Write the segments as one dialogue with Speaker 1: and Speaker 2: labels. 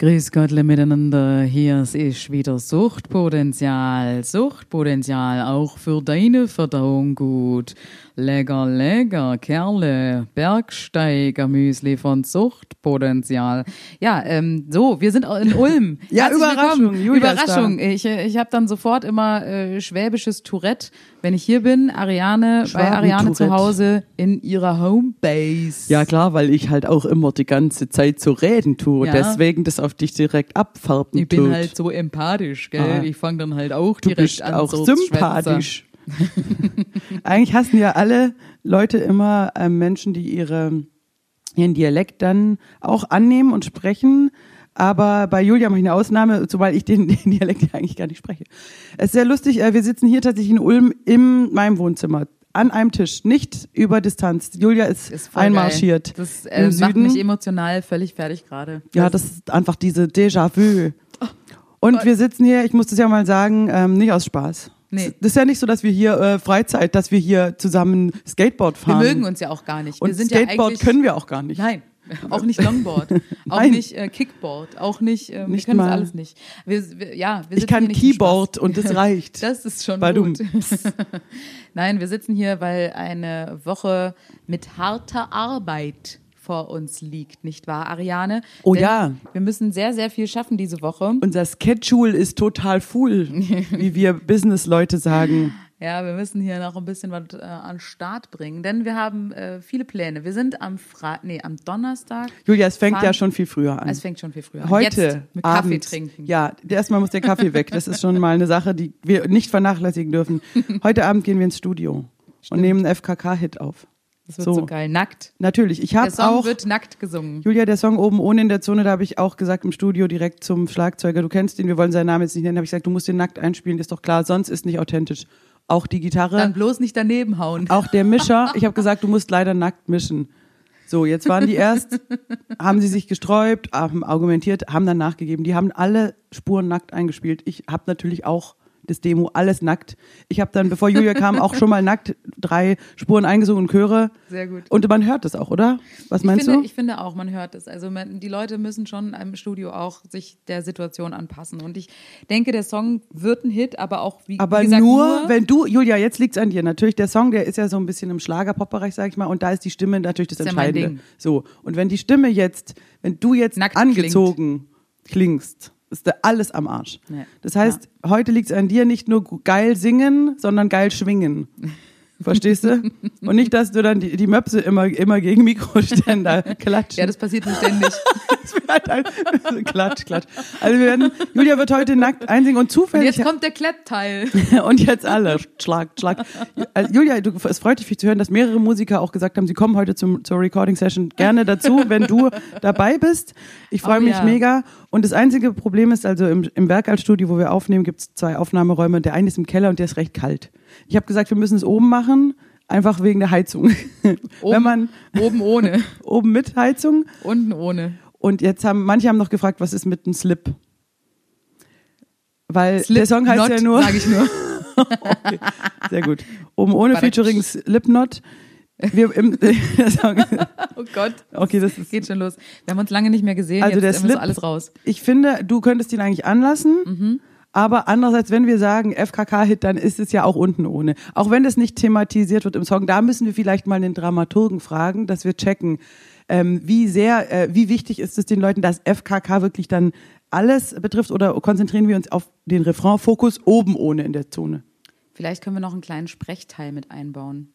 Speaker 1: Grüß Gottle miteinander, hier es ist wieder Suchtpotenzial. Suchtpotenzial auch für deine Verdauung gut. Lecker, lecker, Kerle, Bergsteigermüsli von Suchtpotenzial. Ja, ähm, so, wir sind in Ulm.
Speaker 2: Ja, Überraschung, Julia ist da.
Speaker 1: Überraschung. Ich, äh, ich habe dann sofort immer äh, schwäbisches Tourette, wenn ich hier bin. Ariane, bei Ariane zu
Speaker 2: Schwaben-Tourette.
Speaker 1: Hause in ihrer Homebase.
Speaker 2: Ja, klar, weil ich halt auch immer die ganze Zeit so reden tue.
Speaker 1: Ja.
Speaker 2: Deswegen das auf dich direkt abfärben
Speaker 1: Ich bin
Speaker 2: tut.
Speaker 1: halt so empathisch, gell?
Speaker 2: Ah.
Speaker 1: Ich fange dann halt auch
Speaker 2: du
Speaker 1: direkt
Speaker 2: bist
Speaker 1: an.
Speaker 2: auch
Speaker 1: so zu
Speaker 2: sympathisch. Eigentlich hassen ja alle Leute immer ähm, Menschen, die ihre, ihren Dialekt dann auch annehmen und sprechen. Aber bei Julia mache ich eine Ausnahme, zumal ich den, den Dialekt ja eigentlich gar nicht spreche. Es ist sehr lustig, äh, wir sitzen hier tatsächlich in Ulm in meinem Wohnzimmer. An einem Tisch, nicht über Distanz. Julia ist,
Speaker 1: Ist voll Geil.
Speaker 2: einmarschiert.
Speaker 1: Das äh,
Speaker 2: im
Speaker 1: macht
Speaker 2: Süden.
Speaker 1: mich emotional völlig fertig gerade.
Speaker 2: Ja, das ist einfach diese Déjà-vu. Und
Speaker 1: Also Oh Gott.
Speaker 2: wir sitzen hier, ich muss das ja mal sagen, ähm, nicht aus Spaß.
Speaker 1: Nee.
Speaker 2: Das ist ja nicht so, dass wir hier äh, Freizeit, dass wir hier zusammen Skateboard
Speaker 1: wir
Speaker 2: fahren.
Speaker 1: mögen uns ja auch gar nicht.
Speaker 2: Und
Speaker 1: wir sind ja
Speaker 2: Skateboard
Speaker 1: eigentlich,
Speaker 2: können wir auch gar nicht.
Speaker 1: Nein, auch nicht Longboard, auch
Speaker 2: Nein.
Speaker 1: nicht äh, Kickboard, auch nicht. Äh,
Speaker 2: Nicht
Speaker 1: wir können das
Speaker 2: mal.
Speaker 1: alles nicht. Wir, wir, ja, wir
Speaker 2: Ich
Speaker 1: sitzen
Speaker 2: kann
Speaker 1: hier nicht zum
Speaker 2: Keyboard
Speaker 1: Spaß.
Speaker 2: und das reicht.
Speaker 1: Das ist schon
Speaker 2: Badum.
Speaker 1: gut. Nein, wir sitzen hier, weil eine Woche mit harter Arbeit vor uns liegt, nicht wahr, Ariane?
Speaker 2: Oh ja.
Speaker 1: Wir müssen sehr, sehr viel schaffen diese Woche.
Speaker 2: Unser Schedule ist total full, wie wir Business-Leute sagen.
Speaker 1: Ja, wir müssen hier noch ein bisschen was äh, an den Start bringen, denn wir haben äh, viele Pläne. Wir sind am Fra nee, am Donnerstag.
Speaker 2: Julia, es fängt
Speaker 1: Fahren-
Speaker 2: ja schon viel früher an.
Speaker 1: Es fängt schon viel früher an.
Speaker 2: Heute
Speaker 1: Jetzt mit
Speaker 2: Abend.
Speaker 1: Kaffee trinken.
Speaker 2: Ja, erstmal muss der Kaffee weg. Das ist schon mal eine Sache, die wir nicht vernachlässigen dürfen. Heute Abend gehen wir ins Studio und nehmen einen FKK-Hit auf.
Speaker 1: Das wird so, geil. Nackt.
Speaker 2: Natürlich. Ich
Speaker 1: Der
Speaker 2: habe
Speaker 1: Song
Speaker 2: auch
Speaker 1: wird nackt gesungen.
Speaker 2: Julia, der Song oben ohne in der Zone, da habe ich auch gesagt im Studio direkt zum Schlagzeuger, du kennst ihn, wir wollen seinen Namen jetzt nicht nennen, habe ich gesagt, du musst den nackt einspielen, ist doch klar, sonst ist nicht authentisch. Auch die Gitarre,
Speaker 1: Dann bloß nicht daneben hauen.
Speaker 2: auch der Mischer, ich habe gesagt, du musst leider nackt mischen. So, jetzt waren die erst, haben sie sich gesträubt, haben argumentiert, haben dann nachgegeben. Die haben alle Spuren nackt eingespielt. Ich habe natürlich auch das Demo alles nackt. Ich habe dann, bevor Julia kam, auch schon mal nackt drei Spuren eingesungen und Chöre.
Speaker 1: Sehr gut.
Speaker 2: Und man hört das auch, oder? Was
Speaker 1: ich
Speaker 2: meinst
Speaker 1: finde,
Speaker 2: du?
Speaker 1: Ich finde auch, man hört es. Also man, die Leute müssen schon im Studio auch sich der Situation anpassen. Und ich denke, der Song wird ein Hit, aber auch wie,
Speaker 2: Aber
Speaker 1: wie gesagt,
Speaker 2: nur, wenn du, Julia, jetzt liegt's an dir. Natürlich, der Song, der ist ja so ein bisschen im Schlager-Pop-Bereich, sag ich mal, und da ist die Stimme natürlich das
Speaker 1: Ist ja mein
Speaker 2: Entscheidende.
Speaker 1: Ding.
Speaker 2: so. Und wenn die Stimme jetzt, wenn du jetzt
Speaker 1: Nackt
Speaker 2: angezogen klingst, ist da alles am Arsch.
Speaker 1: Nee.
Speaker 2: Das heißt, heute liegt's an dir, nicht nur gu- geil singen, sondern geil schwingen. Verstehst du? Und nicht, dass du dann die, die Möpse immer, immer gegen Mikroständer klatschen.
Speaker 1: Ja, das passiert mir ständig.
Speaker 2: das wird halt ein, klatsch, klatsch. Also wir werden, Julia wird heute nackt einsingen und
Speaker 1: Und
Speaker 2: zufällig
Speaker 1: jetzt kommt der Kleppteil.
Speaker 2: und jetzt alle. Schlag, schlag. Also, Julia, du, es freut dich viel zu hören, dass mehrere Musiker auch gesagt haben, sie kommen heute zum, zur Recording-Session gerne dazu, wenn du dabei bist. Ich freue
Speaker 1: Oh
Speaker 2: mich
Speaker 1: ja.
Speaker 2: mega. Und das einzige Problem ist also, im, im Bergalt-Studio, wo wir aufnehmen, gibt es zwei Aufnahmeräume. Der eine ist im Keller und der ist recht kalt. Ich habe gesagt, wir müssen es oben machen, einfach wegen der Heizung. Wenn man
Speaker 1: Oben ohne,
Speaker 2: oben mit Heizung.
Speaker 1: unten ohne.
Speaker 2: Und jetzt haben, manche haben noch gefragt, was ist mit einem Slip? Weil
Speaker 1: Slip
Speaker 2: der Song heißt
Speaker 1: not,
Speaker 2: ja nur...
Speaker 1: Sag ich nur.
Speaker 2: Okay, sehr gut. Oben ohne
Speaker 1: Badaksch.
Speaker 2: Featuring Slipknot. Wir im, der Song,
Speaker 1: Oh Gott,
Speaker 2: okay, das ist,
Speaker 1: geht schon los. Wir haben uns lange nicht mehr gesehen.
Speaker 2: also
Speaker 1: jetzt
Speaker 2: der
Speaker 1: muss
Speaker 2: Slip.
Speaker 1: alles raus. Mhm.
Speaker 2: Ich finde, du könntest ihn eigentlich anlassen. Aber andererseits, wenn wir sagen FKK-Hit, dann ist es ja auch unten ohne. Auch wenn das nicht thematisiert wird im Song, da müssen wir vielleicht mal den Dramaturgen fragen, dass wir checken, ähm, wie sehr, äh, wie wichtig ist es den Leuten, dass FKK wirklich dann alles betrifft oder konzentrieren wir uns auf den Refrain-Fokus oben ohne in der Zone?
Speaker 1: Vielleicht können wir noch einen kleinen Sprechteil mit einbauen.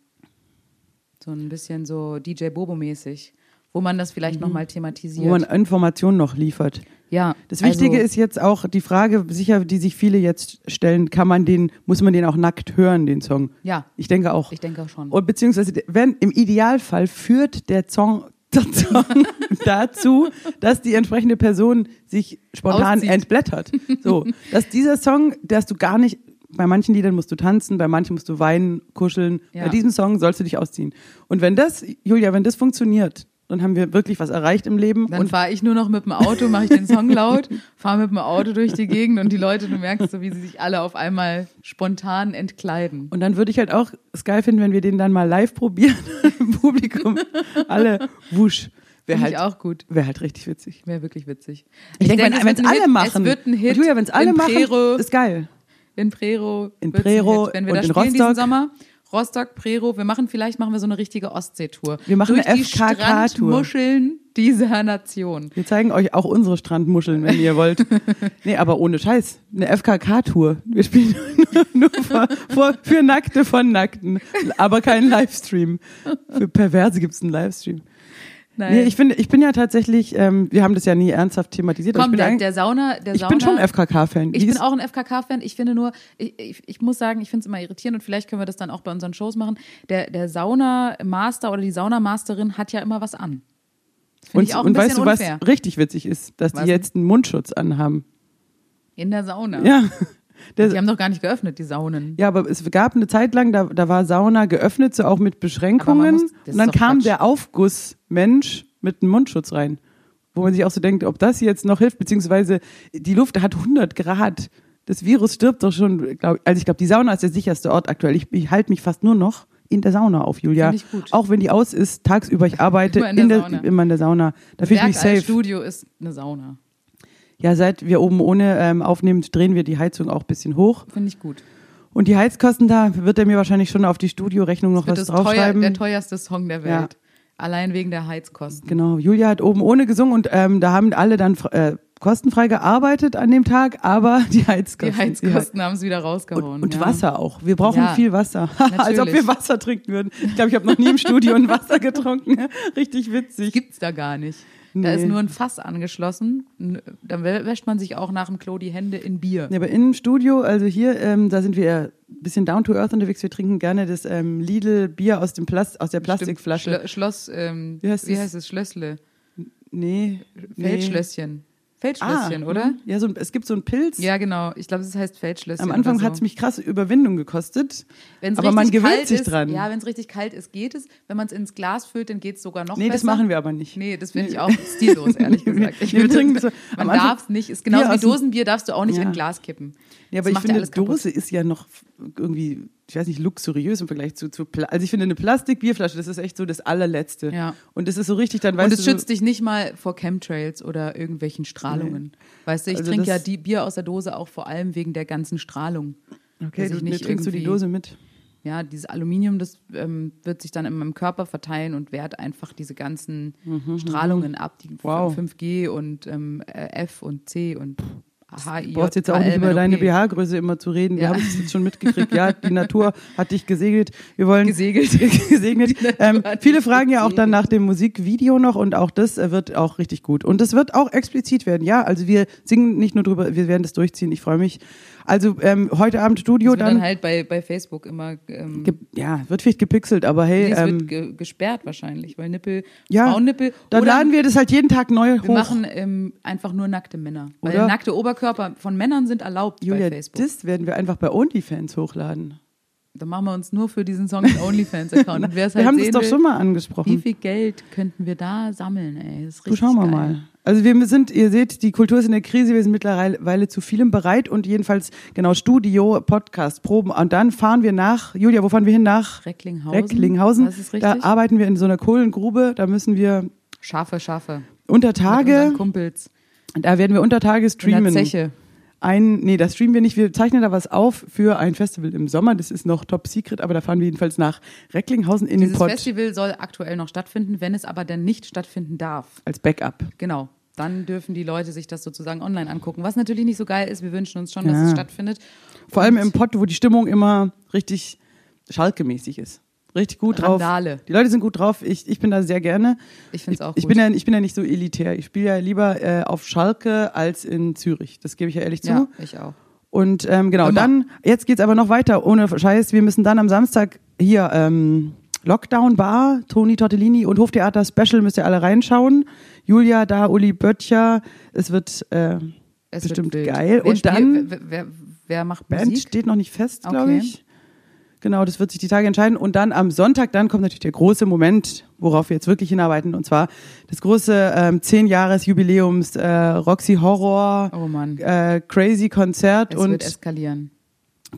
Speaker 1: So ein bisschen so DJ Bobo-mäßig, wo man das vielleicht noch nochmal thematisiert.
Speaker 2: Mhm. Wo man Informationen noch liefert.
Speaker 1: ja,
Speaker 2: Das Wichtige
Speaker 1: also,
Speaker 2: ist jetzt auch die Frage, sicher, die sich viele jetzt stellen, kann man den, muss man den auch nackt hören, den Song?
Speaker 1: Ja.
Speaker 2: Ich denke auch.
Speaker 1: Ich denke auch schon.
Speaker 2: Und beziehungsweise, wenn, im Idealfall führt der Song, der Song dazu, dass die entsprechende Person sich spontan
Speaker 1: Auszieht.
Speaker 2: entblättert. So, dass dieser Song, dass du gar nicht, bei manchen Liedern musst du tanzen, bei manchen musst du weinen, kuscheln,
Speaker 1: Ja.
Speaker 2: bei diesem Song sollst du dich ausziehen. Und wenn das, Julia, wenn das funktioniert, dann haben wir wirklich was erreicht im Leben.
Speaker 1: Dann
Speaker 2: und
Speaker 1: fahre ich nur noch mit dem Auto, mache ich den Song laut, fahre mit dem Auto durch die Gegend und die Leute, du merkst so, wie sie sich alle auf einmal spontan entkleiden.
Speaker 2: Und dann würde ich halt auch es geil finden, wenn wir den dann mal live probieren im Publikum. Alle wusch. Wäre
Speaker 1: Finde
Speaker 2: halt,
Speaker 1: ich auch gut.
Speaker 2: wär halt richtig witzig.
Speaker 1: Wäre wirklich witzig.
Speaker 2: Ich, denke,
Speaker 1: es
Speaker 2: denk, wenn
Speaker 1: wird
Speaker 2: es
Speaker 1: ein
Speaker 2: alle
Speaker 1: Hit,
Speaker 2: machen.
Speaker 1: Es wird ein Hit.
Speaker 2: Und Julia, wenn es alle
Speaker 1: in
Speaker 2: machen,
Speaker 1: Prero,
Speaker 2: ist geil.
Speaker 1: in Prero.
Speaker 2: In
Speaker 1: wird's ein
Speaker 2: Prero
Speaker 1: Hit. Wenn wir
Speaker 2: und
Speaker 1: da
Speaker 2: in
Speaker 1: spielen diesen
Speaker 2: Rostock.
Speaker 1: Sommer. Rostock, Prero. Wir machen, vielleicht machen wir so eine richtige Ostsee-Tour.
Speaker 2: Wir machen
Speaker 1: Durch
Speaker 2: eine
Speaker 1: die
Speaker 2: FKK-Tour.
Speaker 1: Strandmuscheln dieser Nation.
Speaker 2: Wir zeigen euch auch unsere Strandmuscheln, wenn ihr wollt. nee, aber ohne Scheiß. Eine FKK-Tour. Wir spielen nur vor, vor, für Nackte von Nackten. Aber keinen Livestream. Für Perverse gibt's einen Livestream.
Speaker 1: Nein.
Speaker 2: Nee, ich finde, ich bin ja tatsächlich, ähm, wir haben das ja nie ernsthaft thematisiert. aber
Speaker 1: Komm,
Speaker 2: ich bin,
Speaker 1: der,
Speaker 2: eigentlich-
Speaker 1: der Sauna, der
Speaker 2: ich
Speaker 1: Sauna.
Speaker 2: bin schon FKK-Fan.
Speaker 1: Ich
Speaker 2: Die
Speaker 1: bin
Speaker 2: ist-
Speaker 1: auch ein FKK-Fan. Ich finde nur, ich, ich, ich muss sagen, ich finde es immer irritierend und vielleicht können wir das dann auch bei unseren Shows machen. Der, der Sauna-Master oder die Saunamasterin hat ja immer was an. Das Finde
Speaker 2: und,
Speaker 1: ich auch ein
Speaker 2: und
Speaker 1: bisschen
Speaker 2: weißt du, was
Speaker 1: unfair.
Speaker 2: richtig witzig ist? Dass
Speaker 1: Was? Ah.
Speaker 2: die jetzt einen Mundschutz anhaben.
Speaker 1: In der Sauna.
Speaker 2: Ja. Der,
Speaker 1: Die haben doch gar nicht geöffnet, die Saunen.
Speaker 2: Ja, aber es gab eine Zeit lang, da, da war Sauna geöffnet, so auch mit
Speaker 1: Aber man
Speaker 2: Beschränkungen.
Speaker 1: muss- das
Speaker 2: und dann
Speaker 1: ist doch
Speaker 2: kam
Speaker 1: Quatsch.
Speaker 2: der Aufgussmensch mit einem Mundschutz rein. Wo man sich auch so denkt, ob das jetzt noch hilft, beziehungsweise die Luft hat 100 Grad. Das Virus stirbt doch schon, glaub, also ich glaube, die Sauna ist der sicherste Ort aktuell. Ich, ich halte mich fast nur noch in der Sauna auf, Julia.
Speaker 1: Find ich gut.
Speaker 2: Auch wenn die aus ist, tagsüber ich arbeite
Speaker 1: Immer in der Sauna.
Speaker 2: immer in der Sauna. Da fühle ich mich
Speaker 1: Bergall
Speaker 2: safe.
Speaker 1: Studio ist eine Sauna.
Speaker 2: Ja, seit wir oben ohne ähm, aufnehmen, drehen wir die Heizung auch ein bisschen hoch.
Speaker 1: Finde ich gut.
Speaker 2: Und die Heizkosten, da wird er mir wahrscheinlich schon auf die Studiorechnung noch
Speaker 1: Das
Speaker 2: was
Speaker 1: ist teuer,
Speaker 2: draufschreiben.
Speaker 1: der teuerste Song der
Speaker 2: Ja.
Speaker 1: Welt. Allein wegen der Heizkosten.
Speaker 2: genau, Julia hat oben ohne gesungen und ähm, da haben alle dann fr- äh, kostenfrei gearbeitet an dem Tag, aber die Heizkosten.
Speaker 1: Die Heizkosten haben es wieder
Speaker 2: Ja.
Speaker 1: rausgehauen.
Speaker 2: Und, und
Speaker 1: ja.
Speaker 2: Wasser auch. Wir brauchen
Speaker 1: Ja.
Speaker 2: viel Wasser. Als ob
Speaker 1: Natürlich.
Speaker 2: wir Wasser trinken würden. Ich glaube, ich habe noch nie im Studio ein Wasser getrunken. Richtig witzig.
Speaker 1: Gibt's da gar nicht. Da
Speaker 2: Nee.
Speaker 1: ist nur ein Fass angeschlossen. N- Dann wä- wäscht man sich auch nach dem Klo die Hände in Bier.
Speaker 2: Ja, aber im Studio, also hier, ähm, da sind wir eher ein bisschen down to earth unterwegs. Wir trinken gerne das ähm, Lidl-Bier aus, dem Plas- aus der Plastikflasche.
Speaker 1: Schlo Schloss, ähm, wie
Speaker 2: Wie heißt
Speaker 1: heißt, wie
Speaker 2: es?
Speaker 1: heißt es? Schlössle.
Speaker 2: nee. nee.
Speaker 1: Feldschlösschen. Feldschlösschen,
Speaker 2: ah,
Speaker 1: oder?
Speaker 2: Ja, so ein, es gibt so einen Pilz.
Speaker 1: Ja, genau. Ich glaube, es heißt Feldschlösschen.
Speaker 2: Am Anfang
Speaker 1: oder so.
Speaker 2: hat's mich krasse Überwindung gekostet.
Speaker 1: Wenn's
Speaker 2: aber
Speaker 1: richtig
Speaker 2: man gewöhnt
Speaker 1: kalt
Speaker 2: sich
Speaker 1: ist,
Speaker 2: dran.
Speaker 1: Ja, wenn es richtig kalt ist, geht es. Wenn man es ins Glas füllt, dann geht es sogar noch
Speaker 2: nee,
Speaker 1: besser.
Speaker 2: das machen wir aber nicht.
Speaker 1: Nee, das finde ich auch stillos, ehrlich
Speaker 2: Nee,
Speaker 1: gesagt.
Speaker 2: wir-
Speaker 1: Ich
Speaker 2: wir
Speaker 1: finde,
Speaker 2: trinken so-
Speaker 1: man
Speaker 2: am Anfang
Speaker 1: darf es nicht. Ist genauso
Speaker 2: Bier
Speaker 1: wie
Speaker 2: aus dem-
Speaker 1: Dosenbier darfst du auch nicht
Speaker 2: Ja.
Speaker 1: in ein Glas kippen.
Speaker 2: Ja,
Speaker 1: Das
Speaker 2: aber ich
Speaker 1: macht ja
Speaker 2: finde,
Speaker 1: alles kaputt.
Speaker 2: Dose ist ja noch irgendwie, ich weiß nicht, luxuriös im Vergleich zu, zu Pla Also ich finde, eine Plastikbierflasche, das ist echt so das allerletzte.
Speaker 1: Ja.
Speaker 2: Und das ist so richtig, dann weißt
Speaker 1: Und es
Speaker 2: du.
Speaker 1: schützt dich nicht mal vor Chemtrails oder irgendwelchen Strahlungen. Weißt du, ich
Speaker 2: Also
Speaker 1: trinke ja
Speaker 2: das-
Speaker 1: die Bier aus der Dose auch vor allem wegen der ganzen Strahlung.
Speaker 2: so, okay,
Speaker 1: dass
Speaker 2: du
Speaker 1: ich
Speaker 2: nicht
Speaker 1: nicht
Speaker 2: trinkst du die
Speaker 1: irgendwie-
Speaker 2: Dose mit.
Speaker 1: Ja, dieses Aluminium, das ähm, wird sich dann in meinem Körper verteilen und wehrt einfach diese ganzen Strahlungen ab, die
Speaker 2: Mhm, Wow.
Speaker 1: 5G und ähm, äh, F und C und HI.
Speaker 2: Du brauchst jetzt auch nicht über deine BH-Größe immer zu reden. Wir
Speaker 1: Ja.
Speaker 2: haben es jetzt schon mitgekriegt. Ja, die Natur hat dich gesegelt. Wir wollen
Speaker 1: gesegelt.
Speaker 2: gesegnet.
Speaker 1: Die Natur
Speaker 2: Ähm,
Speaker 1: hat
Speaker 2: viele
Speaker 1: dich
Speaker 2: fragen ja auch dann
Speaker 1: gesegnet.
Speaker 2: nach dem Musikvideo noch und auch das äh, wird auch richtig gut. Und es wird auch explizit werden, ja. Also wir singen nicht nur drüber, wir werden das durchziehen. Ich freue mich. Also ähm, heute Abend Studio
Speaker 1: Das wird dann
Speaker 2: dann.
Speaker 1: halt bei, bei Facebook immer ähm,
Speaker 2: ge- ja, wird vielleicht gepixelt, aber
Speaker 1: nee,
Speaker 2: hey,
Speaker 1: es wird
Speaker 2: ähm,
Speaker 1: ge gesperrt wahrscheinlich, weil Nippel,
Speaker 2: Ja,
Speaker 1: Frauennippel
Speaker 2: dann
Speaker 1: oder
Speaker 2: laden wir das halt jeden Tag neu
Speaker 1: wir
Speaker 2: hoch.
Speaker 1: machen ähm, einfach nur nackte Männer. Weil
Speaker 2: Oder?
Speaker 1: nackte Oberkörper von Männern sind erlaubt
Speaker 2: Julia,
Speaker 1: bei Facebook.
Speaker 2: das werden wir einfach bei OnlyFans hochladen.
Speaker 1: Dann machen wir uns nur für diesen Song einen OnlyFans-Account. Und wer es
Speaker 2: wir
Speaker 1: halt
Speaker 2: haben
Speaker 1: sehen
Speaker 2: das doch
Speaker 1: will,
Speaker 2: schon mal
Speaker 1: Wie
Speaker 2: angesprochen.
Speaker 1: viel Geld könnten wir da sammeln, ey? Das ist
Speaker 2: Du
Speaker 1: richtig
Speaker 2: schauen wir
Speaker 1: geil.
Speaker 2: mal. Also wir sind, ihr seht, die Kultur ist in der Krise, wir sind mittlerweile zu vielem bereit und jedenfalls genau Studio, Podcast, Proben und dann fahren wir nach, Julia, wo fahren wir hin? Nach
Speaker 1: Recklinghausen.
Speaker 2: Recklinghausen.
Speaker 1: Das ist
Speaker 2: Da
Speaker 1: richtig.
Speaker 2: arbeiten wir in so einer Kohlengrube, da müssen wir
Speaker 1: Schafe, Schafe.
Speaker 2: unter
Speaker 1: Mit unseren
Speaker 2: Tage,
Speaker 1: Kumpels.
Speaker 2: da werden wir unter Tage
Speaker 1: In der
Speaker 2: streamen.
Speaker 1: Zeche.
Speaker 2: Ein, nee, das streamen wir nicht, wir zeichnen da was auf für ein Festival im Sommer, das ist noch top secret, aber da fahren wir jedenfalls nach Recklinghausen in
Speaker 1: Dieses
Speaker 2: den Pott
Speaker 1: Festival soll aktuell noch stattfinden, wenn es aber denn nicht stattfinden darf.
Speaker 2: als Backup.
Speaker 1: Genau. Dann dürfen die Leute sich das sozusagen online angucken. Was natürlich nicht so geil ist. Wir wünschen uns schon, dass
Speaker 2: Ja.
Speaker 1: es stattfindet.
Speaker 2: Vor allem im Pott, wo die Stimmung immer richtig schalkemäßig ist. Richtig gut drauf.
Speaker 1: Randale.
Speaker 2: Die Leute sind gut drauf. Ich, ich bin da sehr gerne.
Speaker 1: Ich find's auch
Speaker 2: ich,
Speaker 1: gut.
Speaker 2: Bin ja, ich bin ja nicht so elitär. Ich spiele ja lieber äh, auf Schalke als in Zürich. Das gebe ich ja ehrlich zu.
Speaker 1: Ja, ich auch.
Speaker 2: Und ähm, genau,
Speaker 1: Immer.
Speaker 2: dann, jetzt geht's aber noch weiter, ohne Scheiß. Wir müssen dann am Samstag hier ähm, Lockdown Bar, Toni Tortellini und Hoftheater Special müsst ihr alle reinschauen. Julia da, Uli Böttcher. Es wird äh,
Speaker 1: Es
Speaker 2: bestimmt
Speaker 1: wird wild.
Speaker 2: geil.
Speaker 1: Wer
Speaker 2: und
Speaker 1: spielt-
Speaker 2: dann.
Speaker 1: Wer, wer, wer macht
Speaker 2: Band
Speaker 1: Musik?
Speaker 2: steht noch nicht fest, glaube
Speaker 1: Okay.
Speaker 2: ich. Genau, das wird sich die Tage entscheiden. Und dann am Sonntag, dann kommt natürlich der große Moment, worauf wir jetzt wirklich hinarbeiten. Und zwar das große ähm, 10-Jahres-Jubiläums äh, Roxy Horror,
Speaker 1: Oh Mann.
Speaker 2: äh, Crazy Konzert.
Speaker 1: Es
Speaker 2: und
Speaker 1: wird eskalieren.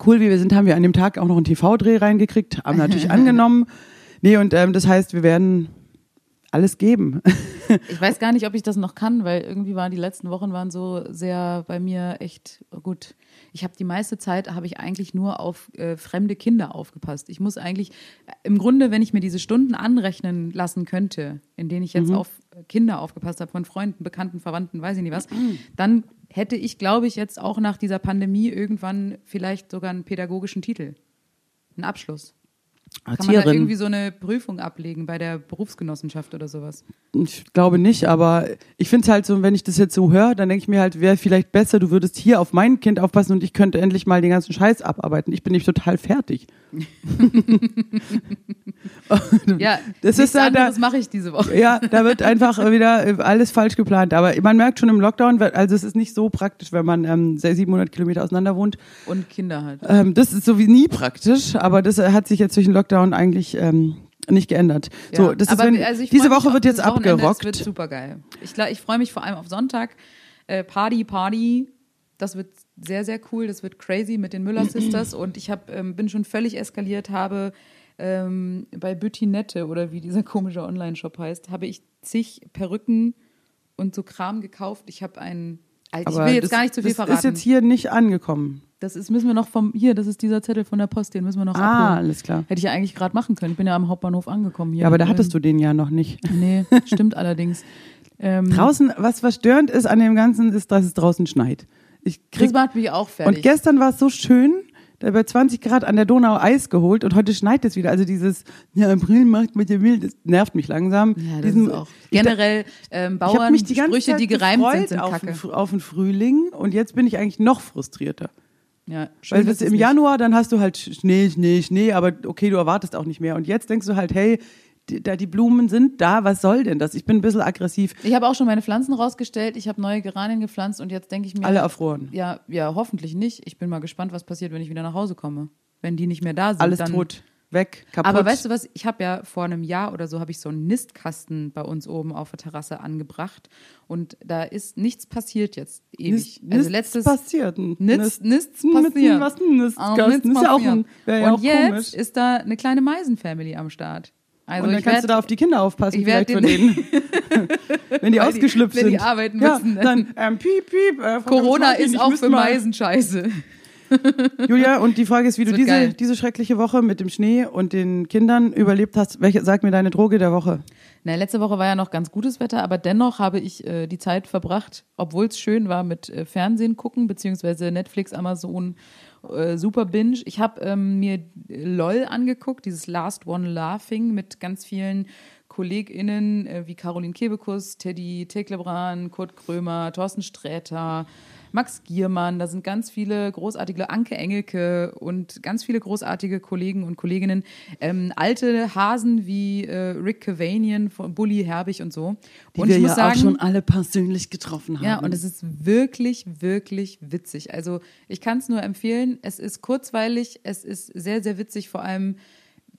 Speaker 2: cool, wie wir sind, haben wir an dem Tag auch noch einen TV-Dreh reingekriegt, haben natürlich angenommen. Nee, und ähm, das heißt, wir werden alles geben.
Speaker 1: Ich weiß gar nicht, ob ich das noch kann, weil irgendwie waren die letzten Wochen waren so sehr bei mir echt gut. Ich habe die meiste Zeit habe ich eigentlich nur auf äh, fremde Kinder aufgepasst. Ich muss eigentlich äh, im Grunde, wenn ich mir diese Stunden anrechnen lassen könnte, in denen ich jetzt auf Kinder aufgepasst habe von Freunden, Bekannten, Verwandten, weiß ich nicht was, dann hätte ich, glaube ich, jetzt auch nach dieser Pandemie irgendwann vielleicht sogar einen pädagogischen Titel, einen Abschluss. Kann man da
Speaker 2: Erzieherin.
Speaker 1: irgendwie so eine Prüfung ablegen bei der Berufsgenossenschaft oder sowas?
Speaker 2: Ich glaube nicht, aber ich finde es halt so, wenn ich das jetzt so höre, dann denke ich mir halt, wäre vielleicht besser, du würdest hier auf mein Kind aufpassen und ich könnte endlich mal den ganzen Scheiß abarbeiten. Ich bin nämlich total fertig.
Speaker 1: Ja,
Speaker 2: Das
Speaker 1: das
Speaker 2: ist
Speaker 1: ist
Speaker 2: ja da-
Speaker 1: anderes mache ich diese Woche.
Speaker 2: Ja, da wird einfach wieder äh, alles falsch geplant. Aber man merkt schon im Lockdown, weil- also es ist nicht so praktisch, wenn man ähm, sehr 700 Kilometer auseinander wohnt.
Speaker 1: Und Kinder halt.
Speaker 2: Ähm, das ist so wie nie praktisch, aber das äh, hat sich jetzt durch den Lockdown eigentlich ähm, nicht geändert.
Speaker 1: Ja.
Speaker 2: So, das ist,
Speaker 1: Aber
Speaker 2: wenn,
Speaker 1: also ich
Speaker 2: diese
Speaker 1: freu mich
Speaker 2: Woche
Speaker 1: auf
Speaker 2: wird jetzt
Speaker 1: dieses Wochenende, Es wird
Speaker 2: abgerockt.
Speaker 1: super geil. Ich, gla- ich freue mich vor allem auf Sonntag. Äh, Party, Party. Das wird sehr, sehr cool. Das wird crazy mit den Müller Sisters. Und ich hab, ähm, bin schon völlig eskaliert, habe ähm, bei Büttinette oder wie dieser komische Online-Shop heißt, habe ich zig Perücken und so Kram gekauft. Ich habe einen. Also ich will jetzt
Speaker 2: das,
Speaker 1: gar nicht zu viel
Speaker 2: das
Speaker 1: verraten.
Speaker 2: ist jetzt hier nicht angekommen.
Speaker 1: das ist, müssen wir noch vom. Hier, das ist dieser Zettel von der Post, den müssen wir noch
Speaker 2: Ah,
Speaker 1: abholen.
Speaker 2: alles klar.
Speaker 1: Hätte ich ja eigentlich gerade machen können. Ich bin ja am Hauptbahnhof angekommen hier.
Speaker 2: Ja, aber da hattest du den ja noch nicht.
Speaker 1: Nee, stimmt allerdings. Ähm,
Speaker 2: Draußen, was verstörend ist an dem Ganzen, ist, dass es draußen schneit. Ich
Speaker 1: das
Speaker 2: krieg
Speaker 1: macht mich auch fertig.
Speaker 2: und gestern war es so schön, da bei 20 Grad an der Donau Eis geholt und heute schneit es wieder. Also dieses, ja, April macht mit dem Wild, das nervt mich langsam.
Speaker 1: ja, das
Speaker 2: Diesen-
Speaker 1: ist auch. Generell ähm,
Speaker 2: Ich habe
Speaker 1: Bauern,
Speaker 2: mich die ganze
Speaker 1: Sprüche,
Speaker 2: Zeit
Speaker 1: die gereimt sind,
Speaker 2: gefreut
Speaker 1: sind
Speaker 2: auf, den,
Speaker 1: kacke.
Speaker 2: Fr- auf den Frühling und jetzt bin ich eigentlich noch frustrierter.
Speaker 1: Ja, schön,
Speaker 2: Weil
Speaker 1: dass
Speaker 2: das
Speaker 1: es
Speaker 2: im
Speaker 1: nicht-
Speaker 2: Januar, dann hast du halt Schnee, Schnee, Schnee, aber okay, du erwartest auch nicht mehr. Und jetzt denkst du halt, hey, die, da die Blumen sind da, was soll denn das? Ich bin ein bisschen aggressiv.
Speaker 1: Ich habe auch schon meine Pflanzen rausgestellt, ich habe neue Geranien gepflanzt und jetzt denke ich mir,
Speaker 2: Alle erfroren.
Speaker 1: ja, ja, hoffentlich nicht. Ich bin mal gespannt, was passiert, wenn ich wieder nach Hause komme. Wenn die nicht mehr da sind.
Speaker 2: Alles
Speaker 1: also dann,
Speaker 2: tot, weg, kaputt.
Speaker 1: Aber weißt du was, ich habe ja vor einem Jahr oder so habe ich so einen Nistkasten bei uns oben auf der Terrasse angebracht und da ist nichts passiert jetzt ewig.
Speaker 2: Nist-
Speaker 1: also
Speaker 2: nichts
Speaker 1: letztes
Speaker 2: passiert.
Speaker 1: nichts, nichts
Speaker 2: Nist-
Speaker 1: passiert.
Speaker 2: was ein Nistkasten.
Speaker 1: Auch nichts
Speaker 2: Ist ja auch ein-
Speaker 1: passiert.
Speaker 2: wär ja
Speaker 1: Und
Speaker 2: auch
Speaker 1: jetzt
Speaker 2: komisch.
Speaker 1: ist da eine kleine Meisen-Family am Start. Also
Speaker 2: und dann
Speaker 1: ich
Speaker 2: kannst du
Speaker 1: werd,
Speaker 2: da auf die Kinder aufpassen,
Speaker 1: ich werd
Speaker 2: vielleicht von denen. wenn die
Speaker 1: Weil die-
Speaker 2: ausgeschlüpft
Speaker 1: wenn
Speaker 2: sind.
Speaker 1: die arbeiten
Speaker 2: ja,
Speaker 1: müssen, ne?
Speaker 2: Dann ähm, piep, piep. Äh, Frau
Speaker 1: Corona
Speaker 2: Martin,
Speaker 1: ist
Speaker 2: ich
Speaker 1: auch
Speaker 2: müsste
Speaker 1: für
Speaker 2: mal-
Speaker 1: Meisen scheiße.
Speaker 2: Julia, und die Frage ist, wie du
Speaker 1: wird
Speaker 2: diese,
Speaker 1: geil.
Speaker 2: diese schreckliche Woche mit dem Schnee und den Kindern überlebt hast. Welche, sag mir deine Droge der Woche.
Speaker 1: Na, letzte Woche war ja noch ganz gutes Wetter, aber dennoch habe ich äh, die Zeit verbracht, obwohl es schön war, mit äh, Fernsehen gucken, beziehungsweise Netflix, Amazon, äh, Super Binge. Ich habe ähm, mir äh, LOL angeguckt, dieses Last One Laughing mit ganz vielen KollegInnen äh, wie Caroline Kebekus, Teddy Teklebran, Kurt Krömer, Thorsten Sträter, Max Giermann, da sind ganz viele großartige Anke Engelke und ganz viele großartige Kollegen und Kolleginnen, ähm, alte Hasen wie äh, Rick Cavanian, von Bully Herbig und so. und ich muss sagen,
Speaker 2: alle persönlich getroffen
Speaker 1: ja, und es ist wirklich, wirklich witzig. Also ich kann es nur empfehlen. Es ist kurzweilig, es ist sehr, sehr witzig, vor allem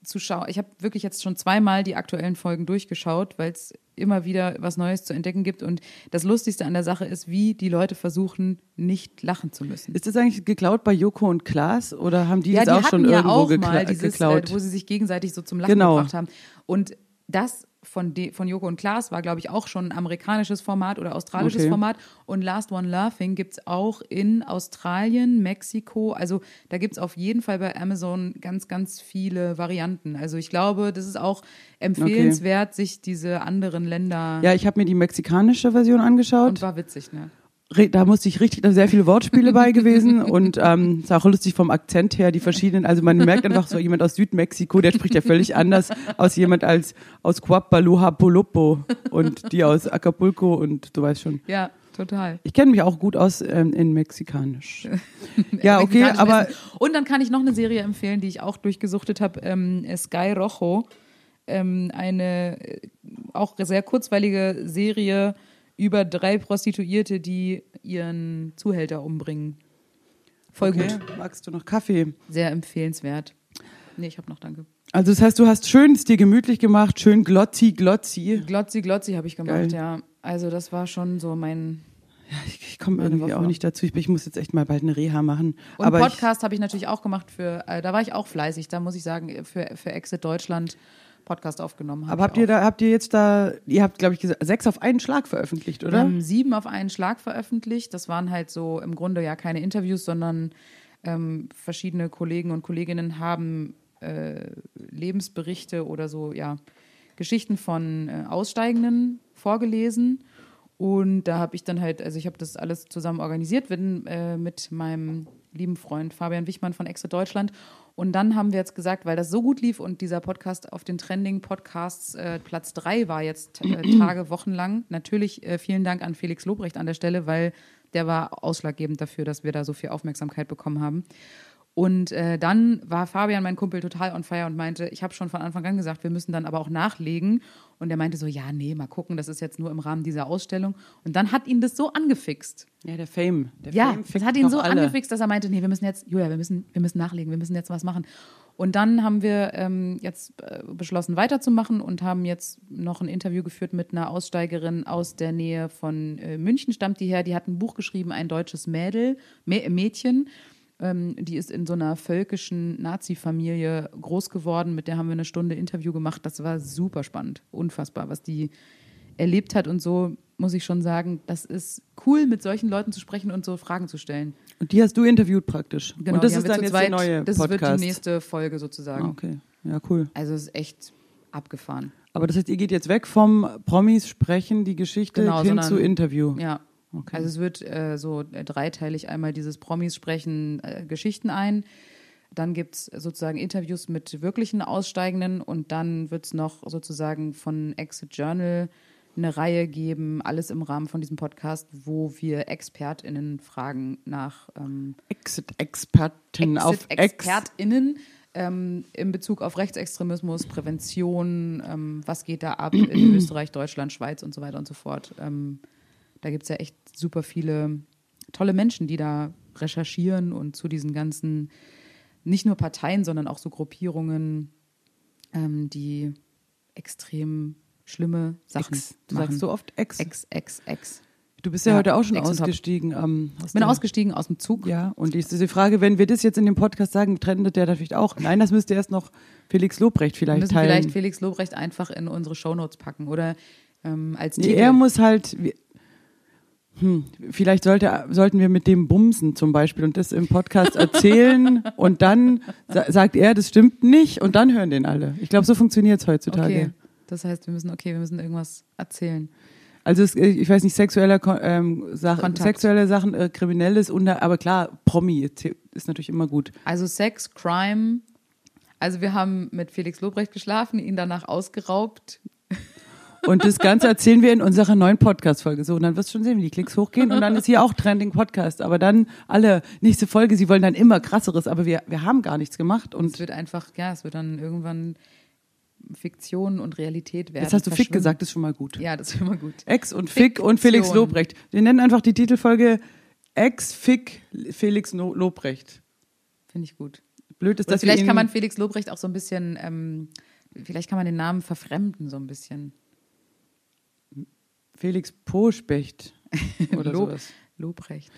Speaker 1: zu schauen. Ich habe wirklich jetzt schon zweimal die aktuellen Folgen durchgeschaut, weil es immer wieder was Neues zu entdecken gibt. Und das Lustigste an der Sache ist, wie die Leute versuchen, nicht lachen zu müssen.
Speaker 2: ist das eigentlich geklaut bei Joko und Klaas oder haben die das auch schon irgendwo gekla
Speaker 1: mal dieses,
Speaker 2: geklaut?
Speaker 1: Äh, wo sie sich gegenseitig so zum Lachen
Speaker 2: Genau.
Speaker 1: gebracht haben. Und das von, de, von Joko und Klaas war, glaube ich, auch schon ein amerikanisches Format oder australisches
Speaker 2: Okay.
Speaker 1: Format. Und Last One Laughing gibt es auch in Australien, Mexiko. Also da gibt es auf jeden Fall bei Amazon ganz, ganz viele Varianten. Also ich glaube, das ist auch empfehlenswert, sich diese anderen Länder.
Speaker 2: ja, ich habe mir die mexikanische Version
Speaker 1: Und
Speaker 2: angeschaut.
Speaker 1: war witzig, ne?
Speaker 2: Re- Da musste ich richtig, da sind sehr viele Wortspiele bei gewesen und ähm, ist auch lustig vom Akzent her, die verschiedenen. Also man merkt einfach so jemand aus Südmexiko, der spricht ja völlig anders aus jemand als aus Coapaloha-Polopo und die aus Acapulco und du weißt schon.
Speaker 1: Ja, total.
Speaker 2: Ich kenne mich auch gut aus ähm, in Mexikanisch. ja, okay,
Speaker 1: mexikanischem
Speaker 2: aber
Speaker 1: Essen. Und dann kann ich noch eine Serie empfehlen, die ich auch durchgesuchtet habe: ähm, Sky Rojo. Ähm, eine äh, auch sehr kurzweilige Serie über drei Prostituierte, die ihren Zuhälter umbringen. Voll
Speaker 2: okay,
Speaker 1: gut.
Speaker 2: magst du noch Kaffee?
Speaker 1: Sehr empfehlenswert. Nee, ich habe noch, danke.
Speaker 2: Also das heißt, du hast schön es dir gemütlich gemacht, schön glotzi, glotzi.
Speaker 1: Glotzi, Glotzi habe ich gemacht,
Speaker 2: Geil.
Speaker 1: ja. Also, das war schon so mein.
Speaker 2: Ich, ich komme
Speaker 1: Meine
Speaker 2: irgendwie
Speaker 1: Woche
Speaker 2: auch
Speaker 1: noch.
Speaker 2: nicht dazu. Ich, bin- ich muss jetzt echt mal bald eine Reha machen.
Speaker 1: Und
Speaker 2: aber ich,
Speaker 1: Podcast habe ich natürlich auch gemacht für, äh, da war ich auch fleißig, da muss ich sagen, für, für Exit Deutschland Podcast aufgenommen habe.
Speaker 2: Aber habt ihr da, habt ihr jetzt da, ihr habt, glaube ich, gesagt, sechs auf einen Schlag veröffentlicht,
Speaker 1: Wir
Speaker 2: oder?
Speaker 1: haben sieben auf einen Schlag veröffentlicht. Das waren halt so im Grunde ja keine Interviews, sondern ähm, verschiedene Kollegen und Kolleginnen haben äh, Lebensberichte oder so, ja, Geschichten von äh, Aussteigenden vorgelesen. Und da habe ich dann halt, also ich habe das alles zusammen organisiert bin, äh, mit meinem lieben Freund Fabian Wichmann von Exit Deutschland. Und dann haben wir jetzt gesagt, weil das so gut lief und dieser Podcast auf den Trending Podcasts äh, Platz 3 war jetzt äh, Tage, Wochen lang. Natürlich äh, vielen Dank an Felix Lobrecht an der Stelle, weil der war ausschlaggebend dafür, dass wir da so viel Aufmerksamkeit bekommen haben. Und äh, dann war Fabian, mein Kumpel, total on fire und meinte, ich habe schon von Anfang an gesagt, wir müssen dann aber auch nachlegen. Und er meinte so, ja, nee, mal gucken, das ist jetzt nur im Rahmen dieser Ausstellung. Und dann hat ihn das so angefixt.
Speaker 2: Ja, der Fame. Der
Speaker 1: Ja,
Speaker 2: Fame
Speaker 1: das
Speaker 2: fickt
Speaker 1: hat ihn
Speaker 2: doch
Speaker 1: so
Speaker 2: alle.
Speaker 1: angefixt, dass er meinte, nee, wir müssen jetzt, Julia, wir müssen, wir müssen nachlegen, wir müssen jetzt was machen. Und dann haben wir ähm, jetzt äh, beschlossen, weiterzumachen und haben jetzt noch ein Interview geführt mit einer Aussteigerin aus der Nähe von äh, München, stammt die her. Die hat ein Buch geschrieben, ein deutsches Mädel, Mä Mädchen. Ähm, die ist in so einer völkischen Nazi-Familie groß geworden. Mit der haben wir eine Stunde Interview gemacht. Das war super spannend, unfassbar, was die erlebt hat und so muss ich schon sagen, das ist cool, mit solchen Leuten zu sprechen und so Fragen zu stellen. Genau,
Speaker 2: Und die hast du interviewt praktisch. und das
Speaker 1: die haben wir
Speaker 2: ist dann
Speaker 1: zu
Speaker 2: jetzt
Speaker 1: zweit.
Speaker 2: der neue
Speaker 1: Das
Speaker 2: Podcast.
Speaker 1: wird die nächste Folge sozusagen.
Speaker 2: Ah, okay, ja, cool.
Speaker 1: Also es ist echt abgefahren.
Speaker 2: Aber das heißt, ihr geht jetzt weg vom Promis sprechen, die Geschichte
Speaker 1: Genau,
Speaker 2: hin
Speaker 1: sondern-
Speaker 2: zu Interview.
Speaker 1: Ja.
Speaker 2: Okay.
Speaker 1: Also es wird äh, so äh, dreiteilig einmal dieses Promis sprechen äh, Geschichten ein. Dann gibt es sozusagen Interviews mit wirklichen Aussteigenden und dann wird es noch sozusagen von Exit Journal eine Reihe geben, alles im Rahmen von diesem Podcast, wo wir ExpertInnen fragen nach ähm,
Speaker 2: Exit-Experten auf Ex.
Speaker 1: Exit-ExpertInnen ähm, in Bezug auf Rechtsextremismus, Prävention, ähm, was geht da ab in Österreich, Deutschland, Schweiz und so weiter und so fort. Ähm, da gibt es ja echt super viele tolle Menschen, die da recherchieren und zu diesen ganzen, nicht nur Parteien, sondern auch so Gruppierungen, ähm, die extrem schlimme Sachen
Speaker 2: Ex. Du
Speaker 1: machen.
Speaker 2: sagst so oft Ex.
Speaker 1: Ex, Ex, Ex.
Speaker 2: Du bist ja,
Speaker 1: Ja,
Speaker 2: heute auch schon
Speaker 1: Ex und Top.
Speaker 2: ausgestiegen. am- aus
Speaker 1: Ich bin
Speaker 2: der-
Speaker 1: ausgestiegen aus dem Zug.
Speaker 2: Ja, und die- diese Frage, wenn wir das jetzt in dem Podcast sagen, trendet der da vielleicht auch. Nein, das müsste erst noch Felix Lobrecht
Speaker 1: Wir
Speaker 2: vielleicht
Speaker 1: müssen
Speaker 2: teilen.
Speaker 1: vielleicht Felix Lobrecht einfach in unsere Shownotes packen oder ähm, als
Speaker 2: nee,
Speaker 1: Titel.
Speaker 2: er muss halt. wir- Hm, vielleicht sollte, sollten wir mit dem Bumsen zum Beispiel und das im Podcast erzählen und dann sa sagt er, das stimmt nicht und dann hören den alle. Ich glaube, so funktioniert es heutzutage.
Speaker 1: okay. Das heißt, wir müssen, okay, wir müssen irgendwas erzählen.
Speaker 2: Also es, ich weiß nicht, sexuelle Kon- ähm, Sachen,
Speaker 1: Kontakt.
Speaker 2: sexuelle Sachen, äh, kriminelles, und, aber klar, Promi ist natürlich immer gut.
Speaker 1: Also Sex, Crime. Also wir haben mit Felix Lobrecht geschlafen, ihn danach ausgeraubt.
Speaker 2: Und das Ganze erzählen wir in unserer neuen Podcast-Folge. So, und dann wirst du schon sehen, wie die Klicks hochgehen. Und dann ist hier auch Trending Podcast. Aber dann alle nächste Folge, sie wollen dann immer krasseres. Aber wir, wir haben gar nichts gemacht.
Speaker 1: Es
Speaker 2: Und
Speaker 1: wird einfach, ja, es wird dann irgendwann Fiktion und Realität werden.
Speaker 2: jetzt hast du Fick
Speaker 1: verschwimmen.
Speaker 2: gesagt, ist schon mal gut.
Speaker 1: Ja, das ist immer gut.
Speaker 2: Ex und Fick und Felix
Speaker 1: Fiktion.
Speaker 2: Lobrecht. Wir nennen einfach die Titelfolge Ex, Fick, Felix no Lobrecht.
Speaker 1: Finde ich gut.
Speaker 2: Blöd ist,
Speaker 1: Oder
Speaker 2: dass wir
Speaker 1: vielleicht
Speaker 2: ihn,
Speaker 1: kann man Felix Lobrecht auch so ein bisschen, ähm, vielleicht kann man den Namen verfremden so ein bisschen.
Speaker 2: Felix Pospecht oder
Speaker 1: Lob-
Speaker 2: sowas.
Speaker 1: Lobrecht.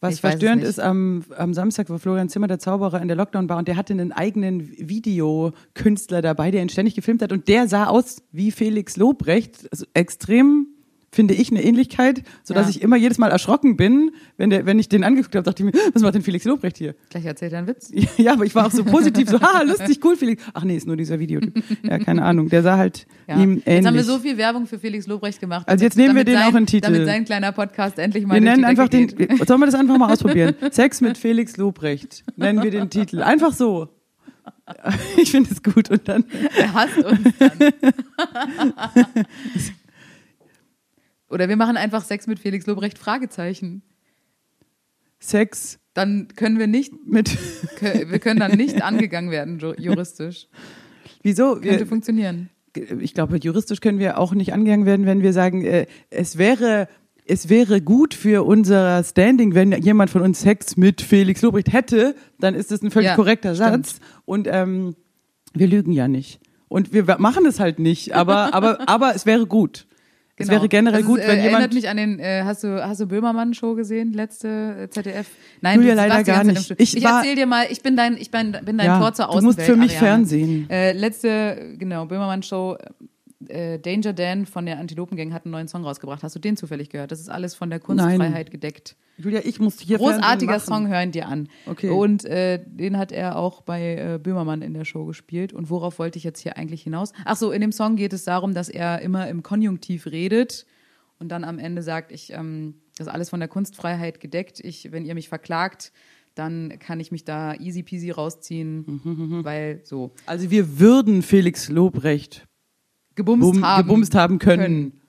Speaker 2: Was
Speaker 1: Ich weiß es
Speaker 2: verstörend
Speaker 1: nicht.
Speaker 2: ist, am, am Samstag war Florian Zimmer, der Zauberer, in der Lockdown-Bar und der hatte einen eigenen Videokünstler dabei, der ihn ständig gefilmt hat und der sah aus wie Felix Lobrecht. Also extrem, finde ich, eine Ähnlichkeit, sodass
Speaker 1: Ja.
Speaker 2: ich immer jedes Mal erschrocken bin, wenn, der, wenn ich den angeguckt habe, dachte ich mir, "Hm, was macht denn Felix Lobrecht hier?
Speaker 1: Gleich erzählt er einen Witz.
Speaker 2: Ja, aber ich war auch so positiv, so, haha, lustig, cool, Felix. Ach nee, ist nur dieser Videotyp. Ja, keine Ahnung, der sah halt
Speaker 1: Ja.
Speaker 2: ihm ähnlich.
Speaker 1: Jetzt haben wir so viel Werbung für Felix Lobrecht gemacht.
Speaker 2: Also jetzt
Speaker 1: damit-
Speaker 2: nehmen wir
Speaker 1: damit
Speaker 2: den
Speaker 1: sein,
Speaker 2: auch in den Titel.
Speaker 1: Damit sein kleiner Podcast endlich mal
Speaker 2: Wir
Speaker 1: durch die
Speaker 2: nennen
Speaker 1: Decke
Speaker 2: einfach den.
Speaker 1: geht.
Speaker 2: Sollen wir das einfach mal ausprobieren? Sex mit Felix Lobrecht. Nennen wir den Titel. Einfach so. Ich finde es gut. Und dann.
Speaker 1: Er hasst uns dann. Oder wir machen einfach Sex mit Felix Lobrecht Fragezeichen.
Speaker 2: Sex
Speaker 1: Dann können wir nicht,
Speaker 2: mit.
Speaker 1: kö- wir können dann nicht angegangen werden ju- juristisch.
Speaker 2: Wieso?
Speaker 1: Könnte
Speaker 2: Wir,
Speaker 1: funktionieren.
Speaker 2: ich glaube, juristisch können wir auch nicht angegangen werden, wenn wir sagen, äh, es wäre. Es wäre gut für unser Standing, wenn jemand von uns Sex mit Felix Lobrecht hätte, dann ist das ein völlig
Speaker 1: Ja,
Speaker 2: korrekter Satz. Und ähm, wir lügen ja nicht. Und wir machen es halt nicht, aber, aber, aber es wäre gut. Es wäre generell
Speaker 1: Genau. ist,
Speaker 2: gut, wenn
Speaker 1: äh,
Speaker 2: jemand-
Speaker 1: Erinnert mich an den, äh, hast du, hast du Böhmermann-Show gesehen? Letzte äh, ZDF? Nein,
Speaker 2: Julia,
Speaker 1: du warst
Speaker 2: leider
Speaker 1: die ganze
Speaker 2: gar
Speaker 1: Zeit im
Speaker 2: nicht.
Speaker 1: Stuhl.
Speaker 2: Ich
Speaker 1: Ich,
Speaker 2: war-
Speaker 1: erzähl dir mal, ich bin dein, ich bin, bin dein
Speaker 2: Ja,
Speaker 1: Tor zur
Speaker 2: du musst
Speaker 1: Außenwelt.
Speaker 2: für mich
Speaker 1: Ariane.
Speaker 2: fernsehen.
Speaker 1: Äh, letzte, genau, Böhmermann-Show. Äh, Danger Dan von der Antilopengang hat einen neuen Song rausgebracht. Hast du den zufällig gehört? Das ist alles von der Kunstfreiheit
Speaker 2: Nein.
Speaker 1: gedeckt.
Speaker 2: Julia, ich muss hier
Speaker 1: Großartiger
Speaker 2: Fernsehen machen.
Speaker 1: Song, hören dir an.
Speaker 2: Okay.
Speaker 1: Und äh, den hat er auch bei äh, Böhmermann in der Show gespielt. Und worauf wollte ich jetzt hier eigentlich hinaus? Ach so, in dem Song geht es darum, dass er immer im Konjunktiv redet und dann am Ende sagt, ich, ähm, das ist alles von der Kunstfreiheit gedeckt. Ich, wenn ihr mich verklagt, dann kann ich mich da easy peasy rausziehen, weil so
Speaker 2: Also wir würden Felix Lobrecht
Speaker 1: gebumst
Speaker 2: bum,
Speaker 1: haben.
Speaker 2: gebumst haben können.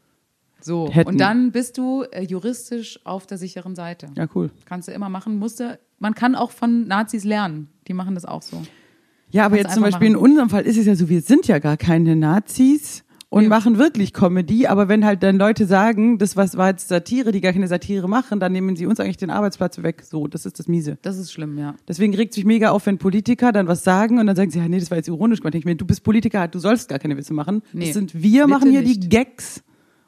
Speaker 1: So,
Speaker 2: hätten.
Speaker 1: und dann bist du äh, juristisch auf der sicheren Seite.
Speaker 2: Ja, cool.
Speaker 1: Kannst du immer machen, musste. Man kann auch von Nazis lernen. Die machen das auch so.
Speaker 2: Ja, aber
Speaker 1: Kannst
Speaker 2: jetzt zum
Speaker 1: einfach
Speaker 2: Beispiel in
Speaker 1: machen.
Speaker 2: unserem Fall ist es ja so, wir sind ja gar keine Nazis und
Speaker 1: Ja.
Speaker 2: machen wirklich Comedy, aber wenn halt dann Leute sagen, das was war jetzt Satire, die gar keine Satire machen, dann nehmen sie uns eigentlich den Arbeitsplatz weg. So, das ist das Miese.
Speaker 1: Das ist schlimm, ja.
Speaker 2: Deswegen regt sich mega auf, wenn Politiker dann was sagen und dann sagen sie, ja, nee, das war jetzt ironisch gemeint. Ich mir, du bist Politiker, du sollst gar keine Witze machen.
Speaker 1: Nee,
Speaker 2: das sind wir,
Speaker 1: bitte
Speaker 2: machen hier die
Speaker 1: nicht.
Speaker 2: Gags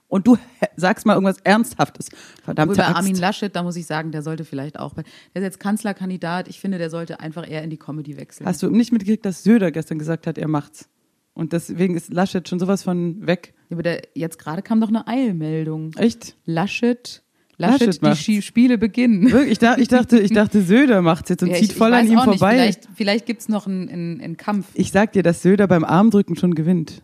Speaker 2: und du hä- sagst mal irgendwas Ernsthaftes. Verdammte
Speaker 1: Wobei Armin
Speaker 2: Axt.
Speaker 1: Laschet, da muss ich sagen, der sollte vielleicht auch, bei- der ist jetzt Kanzlerkandidat, ich finde, der sollte einfach eher in die Comedy wechseln.
Speaker 2: Hast du nicht mitgekriegt, dass Söder gestern gesagt hat, er macht's? Und deswegen ist Laschet schon sowas von weg.
Speaker 1: Aber der, jetzt gerade kam doch eine Eilmeldung.
Speaker 2: Echt?
Speaker 1: Laschet, Laschet,
Speaker 2: Laschet macht's.
Speaker 1: die Schi- Spiele beginnen.
Speaker 2: Wirklich, ich, da, ich, dachte, ich dachte, Söder macht's jetzt und
Speaker 1: Ja,
Speaker 2: zieht voll an
Speaker 1: weiß
Speaker 2: ihm
Speaker 1: auch
Speaker 2: vorbei.
Speaker 1: Nicht, vielleicht vielleicht gibt es noch einen, einen, einen Kampf.
Speaker 2: Ich sag dir, dass Söder beim Armdrücken schon gewinnt.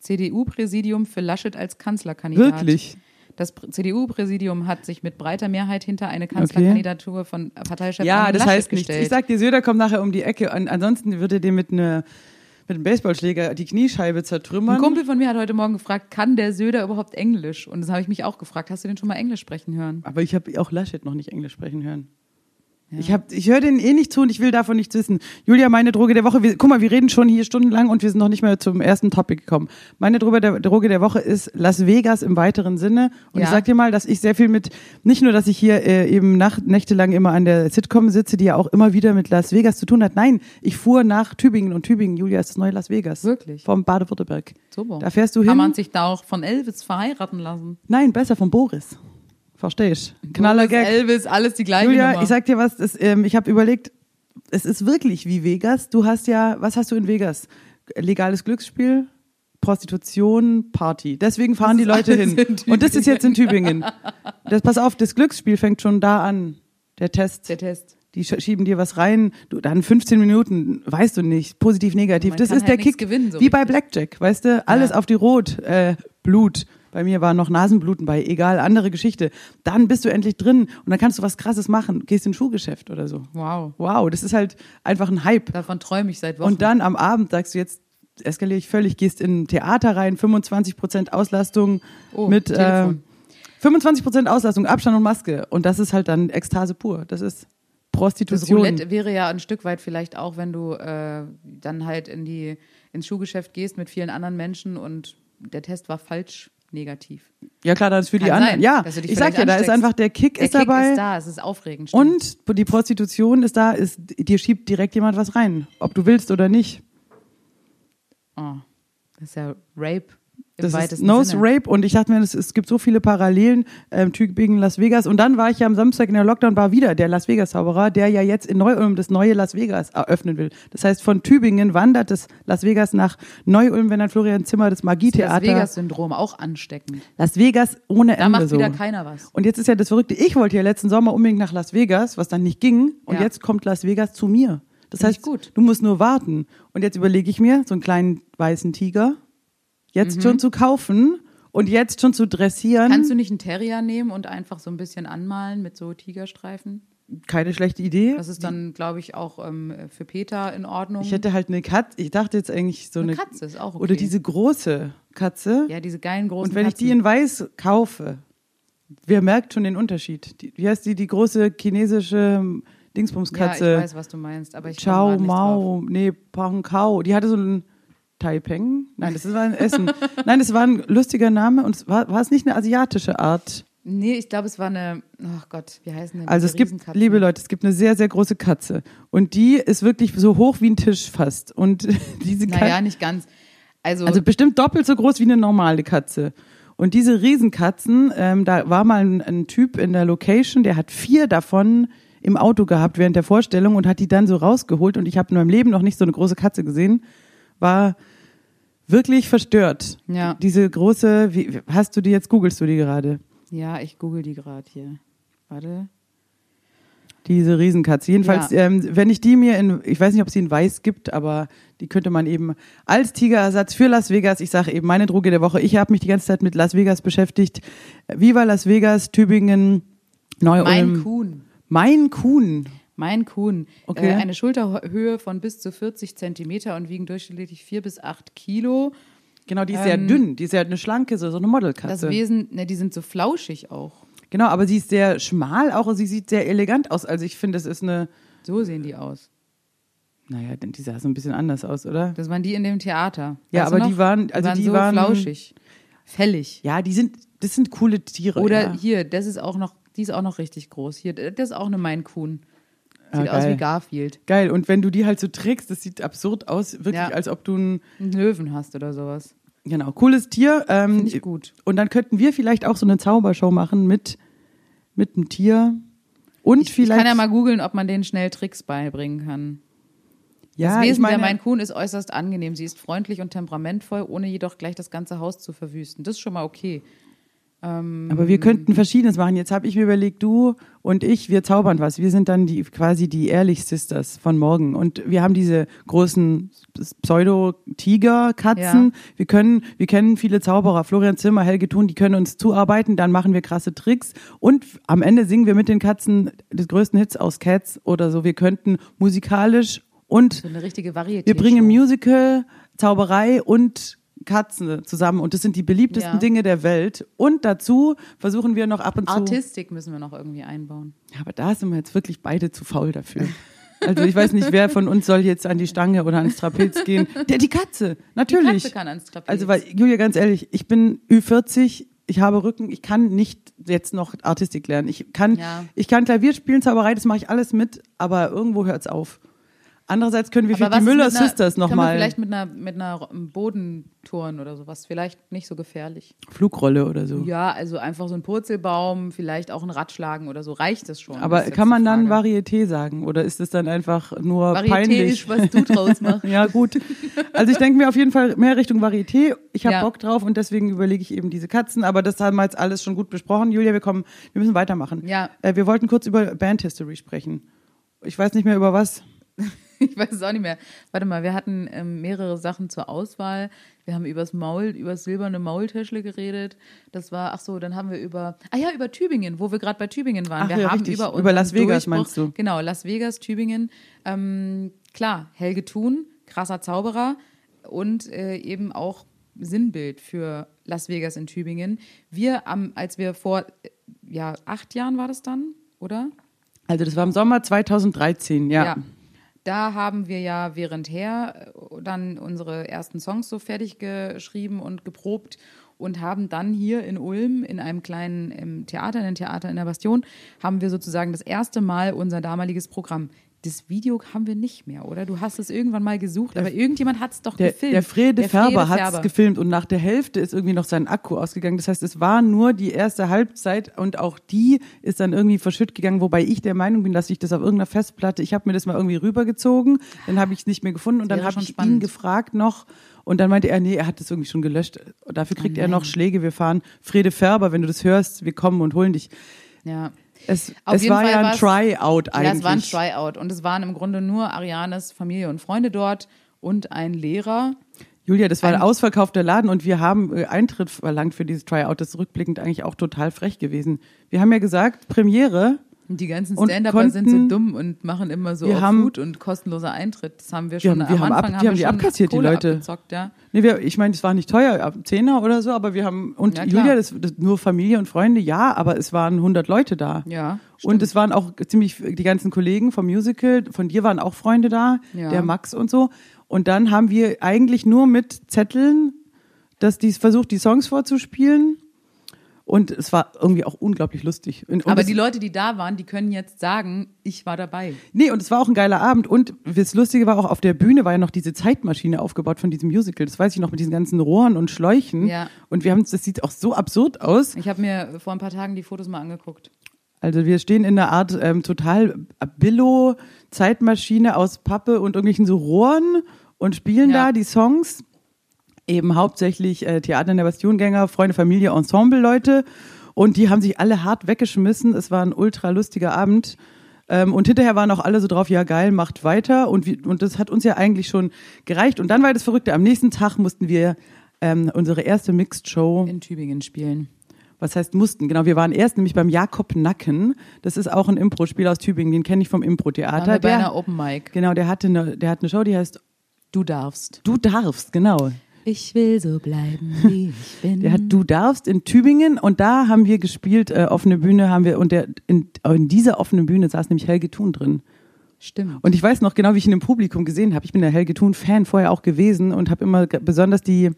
Speaker 1: CDU-Präsidium für Laschet als Kanzlerkandidat.
Speaker 2: Wirklich.
Speaker 1: Das Pr- CDU-Präsidium hat sich mit breiter Mehrheit hinter eine Kanzlerkandidatur von Parteichef
Speaker 2: Ja,
Speaker 1: Armin
Speaker 2: das
Speaker 1: Laschet
Speaker 2: heißt nichts.
Speaker 1: gestellt.
Speaker 2: Ich sag dir, Söder kommt nachher um die Ecke. An, ansonsten würde dir mit, ne, mit einem Baseballschläger die Kniescheibe
Speaker 1: Ein
Speaker 2: zertrümmern.
Speaker 1: Kumpel von mir hat heute Morgen gefragt, kann der Söder überhaupt Englisch? Und das habe ich mich auch gefragt. Hast du den schon mal Englisch sprechen hören?
Speaker 2: Aber ich habe auch Laschet noch nicht Englisch sprechen hören. Ich, hab- ich höre den eh nicht zu und ich will davon nichts wissen. Julia, meine Droge der Woche. Wir, guck mal, wir reden schon hier stundenlang und wir sind noch nicht mehr zum ersten Topic gekommen. Meine Droge der, Droge der Woche ist Las Vegas im weiteren Sinne. Und ich
Speaker 1: Ja.
Speaker 2: sag dir mal, dass ich sehr viel mit, nicht nur, dass ich hier äh, eben Nacht, nächtelang immer an der Sitcom sitze, die ja auch immer wieder mit Las Vegas zu tun hat. Nein, ich fuhr nach Tübingen und Tübingen, Julia, ist das neue Las Vegas.
Speaker 1: Wirklich?
Speaker 2: Vom Baden-Württemberg.
Speaker 1: Super.
Speaker 2: Da fährst du
Speaker 1: Kann
Speaker 2: hin.
Speaker 1: man sich da auch von Elvis verheiraten lassen?
Speaker 2: Nein, besser von Boris. Verstehst? Knaller
Speaker 1: Boris,
Speaker 2: Gag.
Speaker 1: Elvis, alles die gleiche
Speaker 2: Julia,
Speaker 1: Nummer.
Speaker 2: ich sag dir was, das, ähm, ich habe überlegt, es ist wirklich wie Vegas. Du hast ja, was hast du in Vegas? Legales Glücksspiel, Prostitution, Party. Deswegen fahren die
Speaker 1: Das ist
Speaker 2: Leute
Speaker 1: alles
Speaker 2: hin.
Speaker 1: in Tübingen.
Speaker 2: Und das ist jetzt in Tübingen. Das, pass auf, das Glücksspiel fängt schon da an. Der Test.
Speaker 1: Der Test.
Speaker 2: Die sch- schieben dir was rein, du, dann 15 Minuten, weißt du nicht, positiv, negativ.
Speaker 1: Man
Speaker 2: das
Speaker 1: kann
Speaker 2: ist
Speaker 1: halt
Speaker 2: der
Speaker 1: nichts
Speaker 2: Kick,
Speaker 1: gewinnen, so
Speaker 2: wie bei Blackjack, weißt du, alles
Speaker 1: Ja.
Speaker 2: auf die Rot, äh, Blut. Bei mir waren noch Nasenbluten bei, egal, andere Geschichte. Dann bist du endlich drin und dann kannst du was Krasses machen, gehst in ein Schuhgeschäft oder so.
Speaker 1: Wow.
Speaker 2: Wow, das ist halt einfach ein Hype.
Speaker 1: Davon träume ich seit Wochen.
Speaker 2: Und dann am Abend sagst du jetzt, eskaliere ich völlig, gehst in ein Theater rein, 25% Auslastung
Speaker 1: Oh,
Speaker 2: mit äh,
Speaker 1: Telefon.
Speaker 2: 25% Auslastung, Abstand und Maske. Und das ist halt dann Ekstase pur. Das ist
Speaker 1: das
Speaker 2: Prostitution.
Speaker 1: Roulette wäre ja ein Stück weit vielleicht auch, wenn du äh, dann halt in die, ins Schuhgeschäft gehst mit vielen anderen Menschen und der Test war falsch negativ.
Speaker 2: Ja klar, das ist für die
Speaker 1: Kann
Speaker 2: anderen.
Speaker 1: sein,
Speaker 2: ja,
Speaker 1: dass du dich
Speaker 2: ich sag
Speaker 1: vielleicht
Speaker 2: ja, da ist
Speaker 1: ansteckst.
Speaker 2: einfach der Kick
Speaker 1: Der
Speaker 2: ist
Speaker 1: Kick
Speaker 2: dabei
Speaker 1: ist da, es ist aufregend. stimmt.
Speaker 2: und die Prostitution ist da, ist dir schiebt direkt jemand was rein, ob du willst oder nicht.
Speaker 1: Oh, das ist ja Rape im
Speaker 2: Das ist
Speaker 1: weitesten
Speaker 2: Nose
Speaker 1: Sinne.
Speaker 2: Rape und ich dachte mir, das, es gibt so viele Parallelen, ähm, Tübingen, Las Vegas und dann war ich ja am Samstag in der Lockdown Bar wieder, der Las Vegas Zauberer, der ja jetzt in Neu-Ulm das neue Las Vegas eröffnen will. Das heißt, von Tübingen wandert das Las Vegas nach Neu-Ulm, wenn dann Florian Zimmer das
Speaker 1: Das
Speaker 2: Magietheater.
Speaker 1: Vegas-Syndrom, auch ansteckend.
Speaker 2: Las Vegas ohne
Speaker 1: Da
Speaker 2: Ende
Speaker 1: macht
Speaker 2: so.
Speaker 1: wieder keiner was.
Speaker 2: Und jetzt ist ja das Verrückte, ich wollte ja letzten Sommer unbedingt nach Las Vegas, was dann nicht ging. Und
Speaker 1: Ja.
Speaker 2: jetzt kommt Las Vegas zu mir. Das
Speaker 1: Finde ich
Speaker 2: heißt,
Speaker 1: gut.
Speaker 2: du musst nur warten. Und jetzt überlege ich mir, so einen kleinen weißen Tiger jetzt schon zu kaufen und jetzt schon zu dressieren.
Speaker 1: Mhm. Kannst du nicht einen Terrier nehmen und einfach so ein bisschen anmalen mit so Tigerstreifen?
Speaker 2: Keine schlechte Idee.
Speaker 1: Das ist dann, glaube ich, auch ähm, für Peter in Ordnung.
Speaker 2: ich hätte halt eine Katze. Ich dachte jetzt eigentlich so eine,
Speaker 1: Eine Katze ist auch okay.
Speaker 2: Oder diese große Katze.
Speaker 1: ja, diese geilen großen
Speaker 2: und wenn ich
Speaker 1: Katzen.
Speaker 2: die in weiß kaufe, wer merkt schon den Unterschied? Die, wie heißt die, die große chinesische hm, Dingsbumskatze?
Speaker 1: Ja, ich weiß, was du meinst, aber ich komme
Speaker 2: Ciao,
Speaker 1: gerade nicht drauf.
Speaker 2: Mao, nee, Pang Kao. Die hatte so einen Taipeng. Nein, das war ein Essen. Nein, das war ein lustiger Name und es war, war es nicht eine asiatische Art.
Speaker 1: Nee, ich glaube, es war eine, ach Gott, wie heißen denn
Speaker 2: Also
Speaker 1: diese
Speaker 2: es gibt,
Speaker 1: Riesenkatzen?
Speaker 2: liebe Leute, es gibt eine sehr, sehr große Katze. Und die ist wirklich so hoch wie ein Tisch fast. Und diese Katze,
Speaker 1: Naja, nicht ganz. Also,
Speaker 2: also bestimmt doppelt so groß wie eine normale Katze. Und diese Riesenkatzen, ähm, da war mal ein, ein Typ in der Location, der hat vier davon im Auto gehabt während der Vorstellung und hat die dann so rausgeholt. Und ich habe in meinem Leben noch nicht so eine große Katze gesehen. War wirklich verstört.
Speaker 1: Ja.
Speaker 2: Diese große, wie, hast du die jetzt, googelst du die gerade?
Speaker 1: Ja, ich google die gerade hier. Warte.
Speaker 2: Diese Riesenkatze. Jedenfalls,
Speaker 1: Ja.
Speaker 2: ähm, wenn ich die mir in, ich weiß nicht, ob es sie in Weiß gibt, aber die könnte man eben als Tigerersatz für Las Vegas, ich sage eben meine Droge der Woche, ich habe mich die ganze Zeit mit Las Vegas beschäftigt. Viva Las Vegas, Tübingen, Neu-Ulm.
Speaker 1: Mein Kuhn.
Speaker 2: Mein Kuhn.
Speaker 1: Mein Kuhn.
Speaker 2: Okay.
Speaker 1: Äh, eine Schulterhöhe von bis zu 40 Zentimeter und wiegen durchschnittlich 4 bis 8 Kilo.
Speaker 2: Genau, die ist sehr
Speaker 1: Ähm,
Speaker 2: dünn, die ist ja eine schlanke, so, so eine
Speaker 1: Das
Speaker 2: Modelkatze.
Speaker 1: Wesen, ne, die sind so flauschig auch.
Speaker 2: Genau, aber sie ist sehr schmal auch und sie sieht sehr elegant aus. Also ich finde, es ist eine,
Speaker 1: So sehen die aus.
Speaker 2: naja, denn die sah so ein bisschen anders aus, oder?
Speaker 1: Das waren die in dem Theater.
Speaker 2: Ja,
Speaker 1: du
Speaker 2: aber die
Speaker 1: noch?
Speaker 2: waren- also die
Speaker 1: so
Speaker 2: waren-
Speaker 1: flauschig, fällig.
Speaker 2: Ja, die sind, das sind coole Tiere.
Speaker 1: Oder
Speaker 2: Oh, ja.
Speaker 1: hier, das ist auch noch, die ist auch noch richtig groß. Hier, das ist auch eine Maine Coon.
Speaker 2: Ah,
Speaker 1: Sieht aus
Speaker 2: geil.
Speaker 1: wie Garfield.
Speaker 2: Geil, und wenn du die halt so trägst, das sieht absurd aus, wirklich,
Speaker 1: Ja.
Speaker 2: als ob du ein,
Speaker 1: Einen Löwen hast oder sowas.
Speaker 2: genau, cooles Tier. Ähm,
Speaker 1: Finde ich gut.
Speaker 2: Und dann könnten wir vielleicht auch so eine Zaubershow machen mit, mit einem Tier. Und
Speaker 1: Ich, ich
Speaker 2: vielleicht.
Speaker 1: kann ja mal googeln, ob man denen schnell Tricks beibringen kann.
Speaker 2: ja,
Speaker 1: das
Speaker 2: ich
Speaker 1: Wesen der
Speaker 2: meine-
Speaker 1: Maine Coon ist äußerst angenehm. Sie ist freundlich und temperamentvoll, ohne jedoch gleich das ganze Haus zu verwüsten. Das ist schon mal okay.
Speaker 2: Aber wir könnten Verschiedenes machen. Jetzt habe ich mir überlegt, du und ich, wir zaubern was. Wir sind dann die quasi die Ehrlich Sisters von morgen. Und wir haben diese großen Pseudo-Tiger-Katzen.
Speaker 1: Ja.
Speaker 2: Wir können, wir kennen viele Zauberer, Florian Zimmer, Helge Thun, die können uns zuarbeiten, dann machen wir krasse Tricks. Und am Ende singen wir mit den Katzen des größten Hits aus Cats oder so. Wir könnten musikalisch und
Speaker 1: So eine richtige Varietät.
Speaker 2: wir bringen Musical, Zauberei und Katzen zusammen und das sind die beliebtesten
Speaker 1: Ja.
Speaker 2: Dinge der Welt. Und dazu versuchen wir noch ab und zu.
Speaker 1: Artistik müssen wir noch irgendwie einbauen.
Speaker 2: Ja, aber da sind wir jetzt wirklich beide zu faul dafür. Also ich weiß nicht, wer von uns soll jetzt an die Stange oder ans Trapez gehen. Der, die Katze, natürlich.
Speaker 1: Katze kann ans Trapez.
Speaker 2: also weil, Julia, ganz ehrlich, ich bin Ü40, ich habe Rücken, ich kann nicht jetzt noch Artistik lernen. Ich kann,
Speaker 1: Ja.
Speaker 2: ich kann Klavier spielen, Zauberei, das mache ich alles mit, aber irgendwo hört es auf. Andererseits können wir
Speaker 1: Aber
Speaker 2: vielleicht
Speaker 1: was
Speaker 2: die
Speaker 1: ist mit
Speaker 2: Müller
Speaker 1: einer-
Speaker 2: Sisters
Speaker 1: kann man
Speaker 2: nochmal.
Speaker 1: Vielleicht mit einer, mit einer Ro- Bodentouren oder sowas. Vielleicht nicht so gefährlich.
Speaker 2: Flugrolle oder so.
Speaker 1: Ja, also einfach so ein Purzelbaum, vielleicht auch ein Radschlagen oder so. Reicht das schon?
Speaker 2: Aber
Speaker 1: Das ist jetzt
Speaker 2: kann man
Speaker 1: die
Speaker 2: dann
Speaker 1: Frage.
Speaker 2: Varieté sagen oder ist es dann einfach nur
Speaker 1: Varieté
Speaker 2: peinlich?
Speaker 1: ist, was du draus machst.
Speaker 2: ja, gut. Also ich denke mir auf jeden Fall mehr Richtung Varieté. Ich habe
Speaker 1: Ja.
Speaker 2: Bock drauf und deswegen überlege ich eben diese Katzen, aber das haben wir jetzt alles schon gut besprochen. Julia, wir kommen, wir müssen weitermachen.
Speaker 1: Ja.
Speaker 2: Äh, wir wollten kurz über Band History sprechen. Ich weiß nicht mehr über was.
Speaker 1: Ich weiß es auch nicht mehr. Warte mal, wir hatten ähm, mehrere Sachen zur Auswahl. Wir haben übers Maul, übers silberne Maultäschle geredet. Das war, ach so, dann haben wir über, ah ja, über Tübingen, wo wir gerade bei Tübingen waren.
Speaker 2: Ach
Speaker 1: wir
Speaker 2: ja,
Speaker 1: haben
Speaker 2: richtig.
Speaker 1: über
Speaker 2: Über Las
Speaker 1: unseren
Speaker 2: Vegas
Speaker 1: Durchbruch-
Speaker 2: meinst du?
Speaker 1: Genau, Las Vegas, Tübingen. Ähm, klar, Helge Thun, krasser Zauberer und äh, eben auch Sinnbild für Las Vegas in Tübingen. Wir, am, als wir vor, äh, ja, acht Jahren war das dann, oder?
Speaker 2: Also das war im Sommer 2013, ja.
Speaker 1: Ja. Da haben wir ja währendher äh, dann unsere ersten Songs so fertig geschrieben und geprobt und haben dann hier in Ulm in einem kleinen ähm, Theater, in einem Theater in der Bastion, haben wir sozusagen das erste Mal unser damaliges Programm. Das Video haben wir nicht mehr, oder? Du hast es irgendwann mal gesucht, aber irgendjemand hat es doch
Speaker 2: Der,
Speaker 1: gefilmt.
Speaker 2: der Frede Färber hat es
Speaker 1: Färber.
Speaker 2: gefilmt und nach der Hälfte ist irgendwie noch sein Akku ausgegangen. Das heißt, es war nur die erste Halbzeit und auch die ist dann irgendwie verschütt gegangen, wobei ich der Meinung bin, dass ich das auf irgendeiner Festplatte, ich habe mir das mal irgendwie rübergezogen, dann habe ich es nicht mehr gefunden und
Speaker 1: Das
Speaker 2: dann
Speaker 1: wäre
Speaker 2: habe
Speaker 1: schon
Speaker 2: ich ihn
Speaker 1: spannend.
Speaker 2: gefragt noch und dann meinte er, nee, er hat das irgendwie schon gelöscht. Dafür
Speaker 1: Oh
Speaker 2: kriegt er noch Schläge. Wir fahren Frede Färber, wenn du das hörst, wir kommen und holen dich.
Speaker 1: Ja.
Speaker 2: Es,
Speaker 1: Auf
Speaker 2: es
Speaker 1: jeden
Speaker 2: war
Speaker 1: Fall
Speaker 2: ja ein
Speaker 1: war's-
Speaker 2: Tryout eigentlich.
Speaker 1: Ja, es war ein Tryout und es waren im Grunde nur Arianes Familie und Freunde dort und ein Lehrer,
Speaker 2: Julia, das war ein
Speaker 1: Ein-
Speaker 2: ausverkaufter Laden und wir haben äh, Eintritt verlangt für dieses Tryout. Das ist rückblickend eigentlich auch total frech gewesen. Wir haben ja gesagt, Premiere.
Speaker 1: Und Die ganzen
Speaker 2: Und
Speaker 1: Stand-Upper sind so
Speaker 2: konnten-
Speaker 1: dumm und machen immer so
Speaker 2: Wir
Speaker 1: auf
Speaker 2: haben-
Speaker 1: Hut und kostenloser Eintritt. Das haben wir
Speaker 2: Wir
Speaker 1: schon
Speaker 2: haben- wir
Speaker 1: am
Speaker 2: haben ab-
Speaker 1: Anfang
Speaker 2: die haben die
Speaker 1: wir schon
Speaker 2: abkassiert, die
Speaker 1: Kohle
Speaker 2: Leute.
Speaker 1: Abgezockt, ja.
Speaker 2: Nee, wir, ich meine, es war nicht teuer, ab 10er oder so, aber wir haben, und
Speaker 1: Ja, klar.
Speaker 2: Julia, das, das nur Familie und Freunde, ja, aber es waren 100 Leute da.
Speaker 1: Ja,
Speaker 2: Und es waren auch ziemlich die ganzen Kollegen vom Musical, von dir waren auch Freunde da,
Speaker 1: Ja.
Speaker 2: der Max und so. Und dann haben wir eigentlich nur mit Zetteln, dass die versucht, die Songs vorzuspielen. Und es war irgendwie auch unglaublich lustig. Und, und
Speaker 1: Aber
Speaker 2: es-
Speaker 1: die Leute, die da waren, die können jetzt sagen, ich war dabei.
Speaker 2: Nee, und es war auch ein geiler Abend. Und das Lustige war auch, auf der Bühne war ja noch diese Zeitmaschine aufgebaut von diesem Musical. Das weiß ich noch mit diesen ganzen Rohren und Schläuchen.
Speaker 1: Ja.
Speaker 2: Und wir haben, das sieht auch so absurd aus.
Speaker 1: Ich habe mir vor ein paar Tagen die Fotos mal angeguckt.
Speaker 2: Also wir stehen in einer Art ähm, total Billo-Zeitmaschine aus Pappe und irgendwelchen so Rohren und spielen
Speaker 1: Ja.
Speaker 2: da die Songs. Eben hauptsächlich äh, Theater in der Bastiongänger, Freunde, Familie, Ensemble-Leute. Und die haben sich alle hart weggeschmissen. Es war ein ultra lustiger Abend. Ähm, und hinterher waren auch alle so drauf, ja geil, macht weiter. Und, wie, und das hat uns ja eigentlich schon gereicht. Und dann war das Verrückte, am nächsten Tag mussten wir ähm, unsere erste Mixed-Show
Speaker 1: In Tübingen spielen.
Speaker 2: was heißt mussten? Genau, wir waren erst nämlich beim Jakob Nacken. Das ist auch ein Impro-Spiel aus Tübingen, den kenne ich vom
Speaker 1: Waren wir
Speaker 2: Impro-Theater.
Speaker 1: bei einer
Speaker 2: Der,
Speaker 1: Open Mic.
Speaker 2: genau, der hatte, eine, der hat eine Show, die heißt
Speaker 1: Du darfst.
Speaker 2: Du darfst, genau.
Speaker 1: Ich will so bleiben, wie ich bin.
Speaker 2: Der hat Du darfst in Tübingen und da haben wir gespielt, äh, offene Bühne haben wir und der, in, in dieser offenen Bühne saß nämlich Helge Thun drin.
Speaker 1: Stimmt.
Speaker 2: Und ich weiß noch genau, wie ich ihn im Publikum gesehen habe. Ich bin der Helge Thun-Fan vorher auch gewesen und habe immer ge- besonders die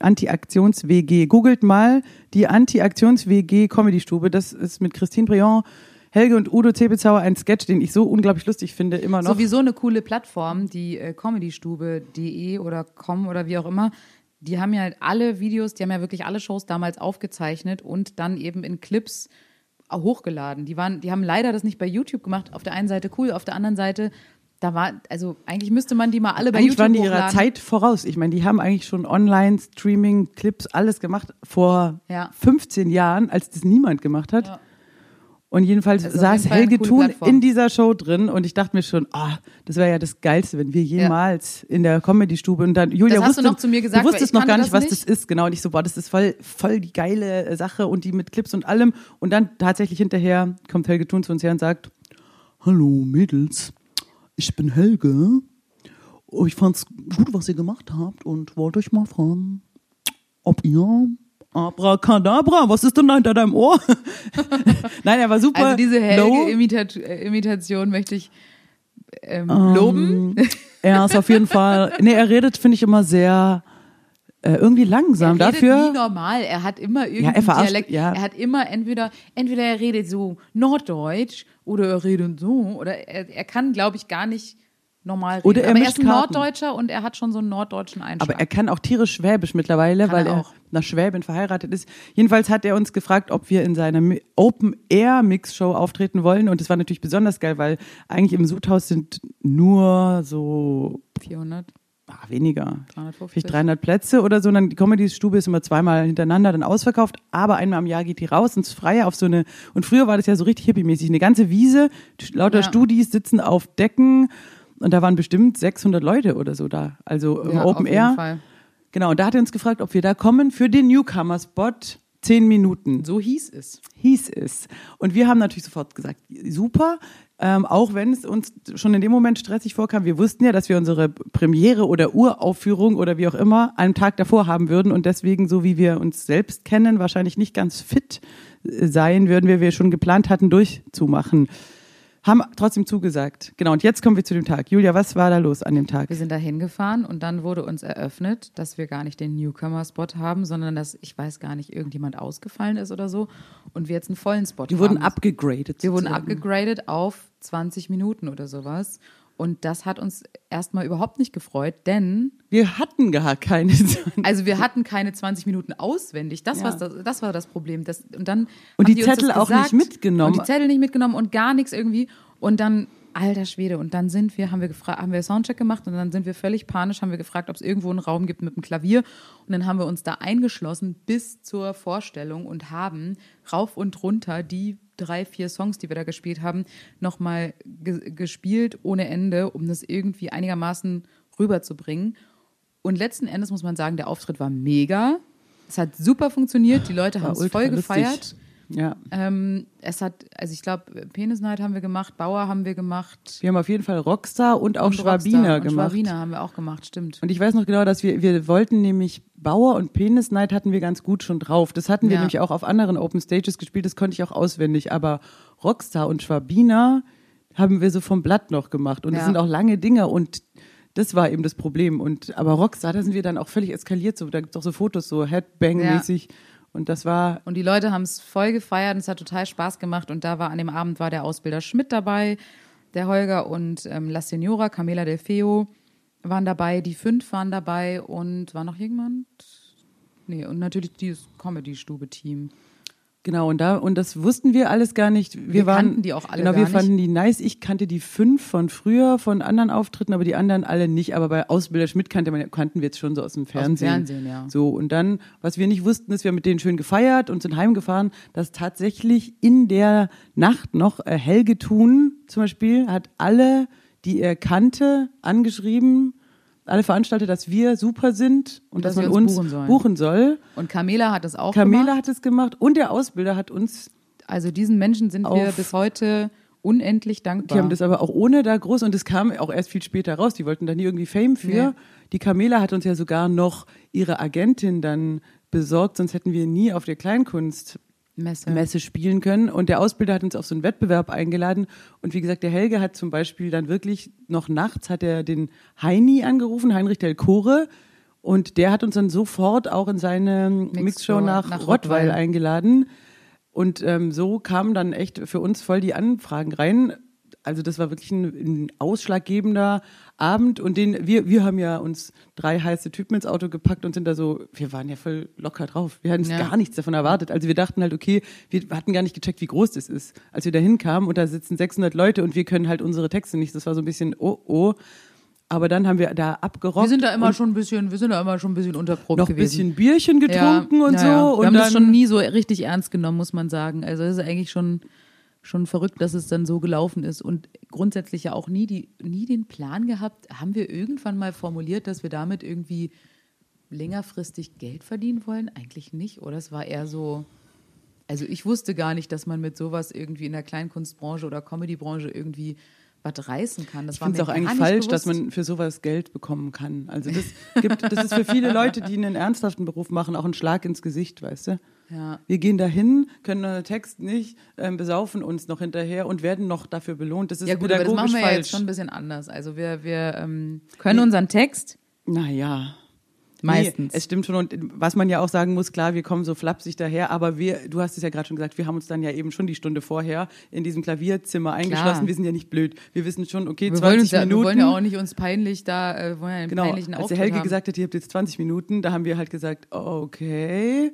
Speaker 2: Anti-Aktions-WG. Googelt mal die Anti-Aktions-WG Comedy-Stube. Das ist mit Christine Briand, Helge und Udo Zebezauer ein Sketch, den ich so unglaublich lustig finde, immer noch.
Speaker 1: Sowieso eine coole Plattform, die äh, comedystube.de oder com oder wie auch immer. Die haben ja halt alle Videos, die haben ja wirklich alle Shows damals aufgezeichnet und dann eben in Clips hochgeladen. Die waren, die haben leider das nicht bei YouTube gemacht. Auf der einen Seite cool, auf der anderen Seite, da war, also eigentlich müsste man die mal alle bei
Speaker 2: eigentlich
Speaker 1: YouTube
Speaker 2: waren die
Speaker 1: hochladen.
Speaker 2: ihrer Zeit voraus. Ich meine, die haben eigentlich schon Online-Streaming, Clips, alles gemacht vor
Speaker 1: Ja.
Speaker 2: 15 Jahren, als das niemand gemacht hat.
Speaker 1: Ja.
Speaker 2: Und jedenfalls
Speaker 1: Also auf
Speaker 2: saß
Speaker 1: jeden Fall eine
Speaker 2: Helge
Speaker 1: coole
Speaker 2: Thun
Speaker 1: Plattform.
Speaker 2: in dieser Show drin und ich dachte mir schon, ah, das wäre ja das Geilste, wenn wir jemals in der Comedy-Stube und dann Julia
Speaker 1: Das hast du
Speaker 2: wusste,
Speaker 1: noch zu mir gesagt,
Speaker 2: du
Speaker 1: weil
Speaker 2: wusstest
Speaker 1: ich
Speaker 2: noch
Speaker 1: kannte
Speaker 2: gar nicht,
Speaker 1: das
Speaker 2: was das
Speaker 1: nicht.
Speaker 2: ist, genau. Und ich so, boah, das ist voll, voll die geile äh, Sache und die mit Clips und allem. Und dann tatsächlich hinterher kommt Helge Thun zu uns her und sagt, hallo Mädels, ich bin Helge. Oh, Ich fand's gut, was ihr gemacht habt und wollte euch mal fragen, ob ihr Abracadabra, was ist denn da hinter deinem Ohr? Nein, er war super.
Speaker 1: Also diese
Speaker 2: low.
Speaker 1: Helge-Imitation möchte ich ähm, loben.
Speaker 2: Er ist auf jeden Fall. Nee, er redet, finde ich, immer sehr äh, irgendwie langsam.
Speaker 1: er redet nie
Speaker 2: Dafür.
Speaker 1: normal. Er hat immer irgendwie
Speaker 2: er verarscht-
Speaker 1: Dialekt.
Speaker 2: ja.
Speaker 1: Er hat immer entweder entweder er redet so Norddeutsch oder er redet so oder er, er kann glaube ich gar nicht normal reden.
Speaker 2: Oder er
Speaker 1: Aber er
Speaker 2: mischt
Speaker 1: ist ein
Speaker 2: Karten.
Speaker 1: Norddeutscher und er hat schon so einen norddeutschen Einschlag.
Speaker 2: Aber er kann auch tierisch Schwäbisch mittlerweile,
Speaker 1: Kann
Speaker 2: weil
Speaker 1: er
Speaker 2: er,
Speaker 1: auch.
Speaker 2: nach Schwäbin verheiratet ist. Jedenfalls hat er uns gefragt, ob wir in seiner Mi- Open Air Mix Show auftreten wollen. Und das war natürlich besonders geil, weil eigentlich im Sudhaus sind nur so
Speaker 1: 400.
Speaker 2: ah, weniger.
Speaker 1: 350.
Speaker 2: Vielleicht 300 Plätze oder so. Und dann die Comedy-Stube ist immer zweimal hintereinander dann ausverkauft, aber einmal am Jahr geht die raus ins Freie auf so eine, und früher war das ja so richtig hippie-mäßig, eine ganze Wiese, t- lauter
Speaker 1: Ja.
Speaker 2: Studis sitzen auf Decken und da waren bestimmt 600 Leute oder so da. Also im
Speaker 1: Ja,
Speaker 2: Open
Speaker 1: auf jeden
Speaker 2: Air.
Speaker 1: Fall.
Speaker 2: Genau, und da hat er uns gefragt, ob wir da kommen für den Newcomer-Spot. Zehn Minuten
Speaker 1: So hieß es.
Speaker 2: hieß es. Und wir haben natürlich sofort gesagt, super, ähm, auch wenn es uns schon in dem Moment stressig vorkam. Wir wussten ja, dass wir unsere Premiere oder Uraufführung oder wie auch immer einen Tag davor haben würden und deswegen, so wie wir uns selbst kennen, wahrscheinlich nicht ganz fit äh, sein würden, wie wir schon geplant hatten, durchzumachen. Haben trotzdem zugesagt. Genau, und jetzt kommen wir zu dem Tag. Julia, was war da los an dem Tag?
Speaker 1: Wir sind da hingefahren und dann wurde uns eröffnet, dass wir gar nicht den Newcomer-Spot haben, sondern dass, ich weiß gar nicht, irgendjemand ausgefallen ist oder so und wir jetzt einen vollen Spot
Speaker 2: Die
Speaker 1: haben.
Speaker 2: wurden abgegradet.
Speaker 1: Wir wurden
Speaker 2: sozusagen.
Speaker 1: abgegradet auf 20 Minuten oder sowas. Und das hat uns erstmal überhaupt nicht gefreut, denn
Speaker 2: Wir hatten gar keine.
Speaker 1: also wir hatten keine 20 Minuten auswendig. Das,
Speaker 2: Ja.
Speaker 1: war, das, das war das Problem. Das, und dann
Speaker 2: Und
Speaker 1: haben
Speaker 2: die
Speaker 1: die uns
Speaker 2: Zettel
Speaker 1: das
Speaker 2: auch nicht
Speaker 1: gesagt.
Speaker 2: mitgenommen.
Speaker 1: Und die Zettel nicht mitgenommen und gar nichts irgendwie. Und dann, alter Schwede, und dann sind wir, haben wir gefragt, haben wir Soundcheck gemacht und dann sind wir völlig panisch, haben wir gefragt, ob es irgendwo einen Raum gibt mit einem Klavier. Und dann haben wir uns da eingeschlossen bis zur Vorstellung und haben rauf und runter die drei, vier Songs, die wir da gespielt haben, nochmal ge gespielt ohne Ende, um das irgendwie einigermaßen rüberzubringen. Und letzten Endes muss man sagen, der Auftritt war mega. Es hat super funktioniert. Die Leute haben
Speaker 2: War
Speaker 1: es
Speaker 2: ultra
Speaker 1: voll
Speaker 2: lustig.
Speaker 1: gefeiert.
Speaker 2: Ja.
Speaker 1: Ähm, es hat, also ich glaube, Penis Night haben wir gemacht, Bauer haben wir gemacht.
Speaker 2: Wir haben auf jeden Fall Rockstar und auch
Speaker 1: und Rockstar
Speaker 2: Schwabiner
Speaker 1: und
Speaker 2: gemacht.
Speaker 1: Schwabiner haben wir auch gemacht, stimmt.
Speaker 2: Und ich weiß noch genau, dass wir, wir wollten nämlich Bauer und Penisneid hatten wir ganz gut schon drauf. Das hatten wir
Speaker 1: Ja.
Speaker 2: nämlich auch auf anderen Open Stages gespielt, das konnte ich auch auswendig. Aber Rockstar und Schwabiner haben wir so vom Blatt noch gemacht. Und das
Speaker 1: Ja.
Speaker 2: sind auch lange Dinge und das war eben das Problem. Und aber Rockstar, da sind wir dann auch völlig eskaliert. So, da gibt es auch so Fotos, so Headbang-mäßig. Und das war
Speaker 1: Und die Leute haben es voll gefeiert und es hat total Spaß gemacht. Und da war an dem Abend war der Ausbilder Schmidt dabei, der Holger und ähm, La Senora, Camela Del Feo waren dabei, die fünf waren dabei und war noch jemand? Nee, und natürlich dieses Comedy-Stube-Team.
Speaker 2: Genau, und da, und das wussten wir alles gar nicht. Wir,
Speaker 1: Wir
Speaker 2: waren,
Speaker 1: kannten die auch alle
Speaker 2: Genau,
Speaker 1: gar
Speaker 2: wir
Speaker 1: nicht.
Speaker 2: fanden die nice. Ich kannte die fünf von früher, von anderen Auftritten, aber die anderen alle nicht. Aber bei Ausbilder Schmidt kannte man, kannten wir jetzt schon so aus dem Fernsehen.
Speaker 1: Fernsehen, ja.
Speaker 2: So, und dann, was wir nicht wussten, ist, wir haben mit denen schön gefeiert und sind heimgefahren, dass tatsächlich in der Nacht noch äh, Helge Thun zum Beispiel hat alle, die er kannte, angeschrieben, alle Veranstalter, dass wir super sind und,
Speaker 1: dass
Speaker 2: dass, man
Speaker 1: wir uns
Speaker 2: uns
Speaker 1: buchen sollen.
Speaker 2: buchen soll.
Speaker 1: Und Camela hat das auch
Speaker 2: Camela
Speaker 1: gemacht.
Speaker 2: hat es gemacht und der Ausbilder hat uns
Speaker 1: Also diesen Menschen sind wir
Speaker 2: Auf-
Speaker 1: bis heute unendlich
Speaker 2: Die
Speaker 1: dankbar.
Speaker 2: haben das aber auch ohne da groß und es kam auch erst viel später raus. Die wollten da nie irgendwie Fame für.
Speaker 1: Nee.
Speaker 2: Die Camela hat uns ja sogar noch ihre Agentin dann besorgt, sonst hätten wir nie auf der Kleinkunstmesse
Speaker 1: Messe.
Speaker 2: spielen können. Und der Ausbilder hat uns auf so einen Wettbewerb eingeladen. Und wie gesagt, der Helge hat zum Beispiel dann wirklich noch nachts hat er den Heini angerufen, Heinrich Del Core. Und der hat uns dann sofort auch in seine Mixshow nach,
Speaker 1: nach
Speaker 2: Rottweil
Speaker 1: Rottweil.
Speaker 2: eingeladen. Und ähm, so kamen dann echt für uns voll die Anfragen rein. Also das war wirklich ein, ein ausschlaggebender Abend und den wir wir haben ja uns drei heiße Typen ins Auto gepackt und sind da so wir waren ja voll locker drauf wir hatten
Speaker 1: Ja.
Speaker 2: gar nichts davon erwartet also wir dachten halt okay wir hatten gar nicht gecheckt wie groß das ist als wir da hinkamen und da sitzen 600 Leute und wir können halt unsere Texte nicht das war so ein bisschen oh oh aber dann haben wir da abgerockt
Speaker 1: wir sind da immer
Speaker 2: und
Speaker 1: schon ein bisschen, wir sind da immer schon ein bisschen unterprobt
Speaker 2: noch ein
Speaker 1: gewesen.
Speaker 2: bisschen Bierchen getrunken
Speaker 1: ja,
Speaker 2: und
Speaker 1: ja,
Speaker 2: so
Speaker 1: Ja. Wir
Speaker 2: und
Speaker 1: haben
Speaker 2: dann
Speaker 1: das schon nie so richtig ernst genommen, muss man sagen. Also es ist eigentlich schon, schon verrückt, dass es dann so gelaufen ist. Und grundsätzlich ja auch nie, die, nie den Plan gehabt, haben wir irgendwann mal formuliert, dass wir damit irgendwie längerfristig Geld verdienen wollen? Eigentlich nicht, oder? Es war eher so. Also ich wusste gar nicht, dass man mit sowas irgendwie in der Kleinkunstbranche oder Comedybranche irgendwie was reißen kann. Das
Speaker 2: Ich
Speaker 1: war
Speaker 2: finde es
Speaker 1: mir
Speaker 2: auch eigentlich
Speaker 1: gar nicht
Speaker 2: falsch,
Speaker 1: bewusst.
Speaker 2: dass man für sowas Geld bekommen kann. Also das gibt, das ist für viele Leute, die einen ernsthaften Beruf machen, auch ein Schlag ins Gesicht, weißt du?
Speaker 1: Ja.
Speaker 2: Wir gehen dahin, können unseren Text nicht, ähm, besaufen uns noch hinterher und werden noch dafür belohnt. Das ist
Speaker 1: Ja gut, aber das
Speaker 2: pädagogisch
Speaker 1: machen wir ja
Speaker 2: falsch.
Speaker 1: jetzt schon ein bisschen anders. Also wir, wir ähm, können unseren Text
Speaker 2: Naja.
Speaker 1: Meistens.
Speaker 2: Nee, es stimmt schon. Und was man ja auch sagen muss, klar, wir kommen so flapsig daher, aber wir, du hast es ja gerade schon gesagt, wir haben uns dann ja eben schon die Stunde vorher in diesem Klavierzimmer eingeschlossen. Wir sind ja nicht blöd. Wir wissen schon, okay,
Speaker 1: wir
Speaker 2: 20
Speaker 1: wollen, uns ja, wir
Speaker 2: Minuten.
Speaker 1: wollen ja auch nicht uns peinlich da, äh, wollen ja einen
Speaker 2: Genau,
Speaker 1: peinlichen
Speaker 2: als der
Speaker 1: Auftritt
Speaker 2: Helge
Speaker 1: haben.
Speaker 2: gesagt hat, ihr habt jetzt 20 Minuten, da haben wir halt gesagt, okay,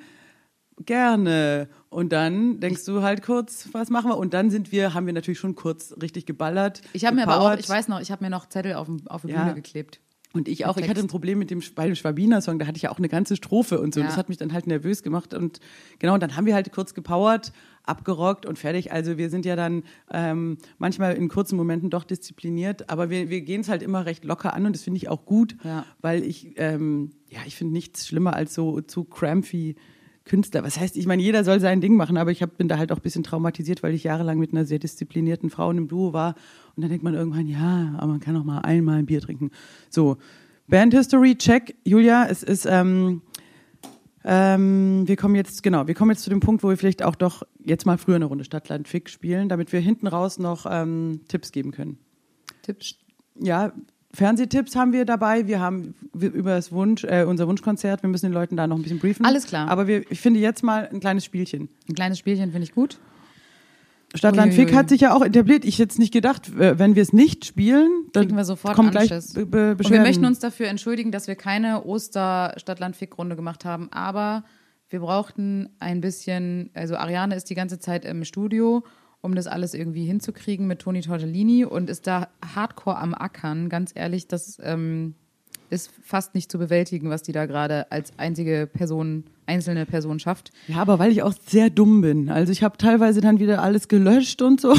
Speaker 2: gerne. Und dann denkst du halt kurz, was machen wir? Und dann sind wir, haben wir natürlich schon kurz richtig geballert.
Speaker 1: ich habe mir aber auch,
Speaker 2: gepowert.
Speaker 1: ich weiß noch, ich habe mir noch Zettel auf, dem- auf die
Speaker 2: Ja.
Speaker 1: Bühne geklebt.
Speaker 2: Und ich auch. Ich
Speaker 1: Text.
Speaker 2: hatte ein Problem mit dem, Sch- bei dem Schwabiner-Song, da hatte ich ja auch eine ganze Strophe und so.
Speaker 1: Ja.
Speaker 2: Das hat mich dann halt nervös gemacht. Und genau, und dann haben wir halt kurz gepowert, abgerockt und fertig. Also wir sind ja dann ähm, manchmal in kurzen Momenten doch diszipliniert, aber wir, wir gehen es halt immer recht locker an und das finde ich auch gut,
Speaker 1: Ja.
Speaker 2: weil ich, ähm, ja, ich finde nichts schlimmer als so zu crampy. Künstler, was heißt, ich meine, jeder soll sein Ding machen, aber ich hab, bin da halt auch ein bisschen traumatisiert, weil ich jahrelang mit einer sehr disziplinierten Frau in einem Duo war. Und dann denkt man irgendwann, ja, aber man kann auch mal einmal ein Bier trinken. So, Band History, check. Julia, es ist, ähm, ähm, wir kommen jetzt, genau, wir kommen jetzt zu dem Punkt, wo wir vielleicht auch doch jetzt mal früher eine Runde Stadtland Fick spielen, damit wir hinten raus noch ähm, Tipps geben können
Speaker 1: Tipps.
Speaker 2: ja, Fernsehtipps haben wir dabei. Wir haben wir- über das Wunsch, äh, unser Wunschkonzert. Wir müssen den Leuten da noch ein bisschen briefen.
Speaker 1: Alles klar.
Speaker 2: Aber wir, ich finde jetzt mal ein kleines Spielchen.
Speaker 1: Ein kleines Spielchen finde ich gut.
Speaker 2: Stadtland
Speaker 1: Uiuiui.
Speaker 2: Fick hat sich ja auch etabliert. Ich hätte es nicht gedacht, äh, wenn wir es nicht spielen, dann
Speaker 1: Kriegen wir sofort
Speaker 2: kommen gleich
Speaker 1: Anschiss.
Speaker 2: Be Be
Speaker 1: Und wir
Speaker 2: Beschwerden.
Speaker 1: möchten uns dafür entschuldigen, dass wir keine Oster-Stadtland-Fick-Runde gemacht haben, aber wir brauchten ein bisschen, also Ariane ist die ganze Zeit im Studio, um das alles irgendwie hinzukriegen mit Toni Tortellini und ist da hardcore am Ackern. Ganz ehrlich, das ähm, ist fast nicht zu bewältigen, was die da gerade als einzige Person, einzelne Person schafft.
Speaker 2: ja, aber weil ich auch sehr dumm bin. Also ich habe teilweise dann wieder alles gelöscht und so.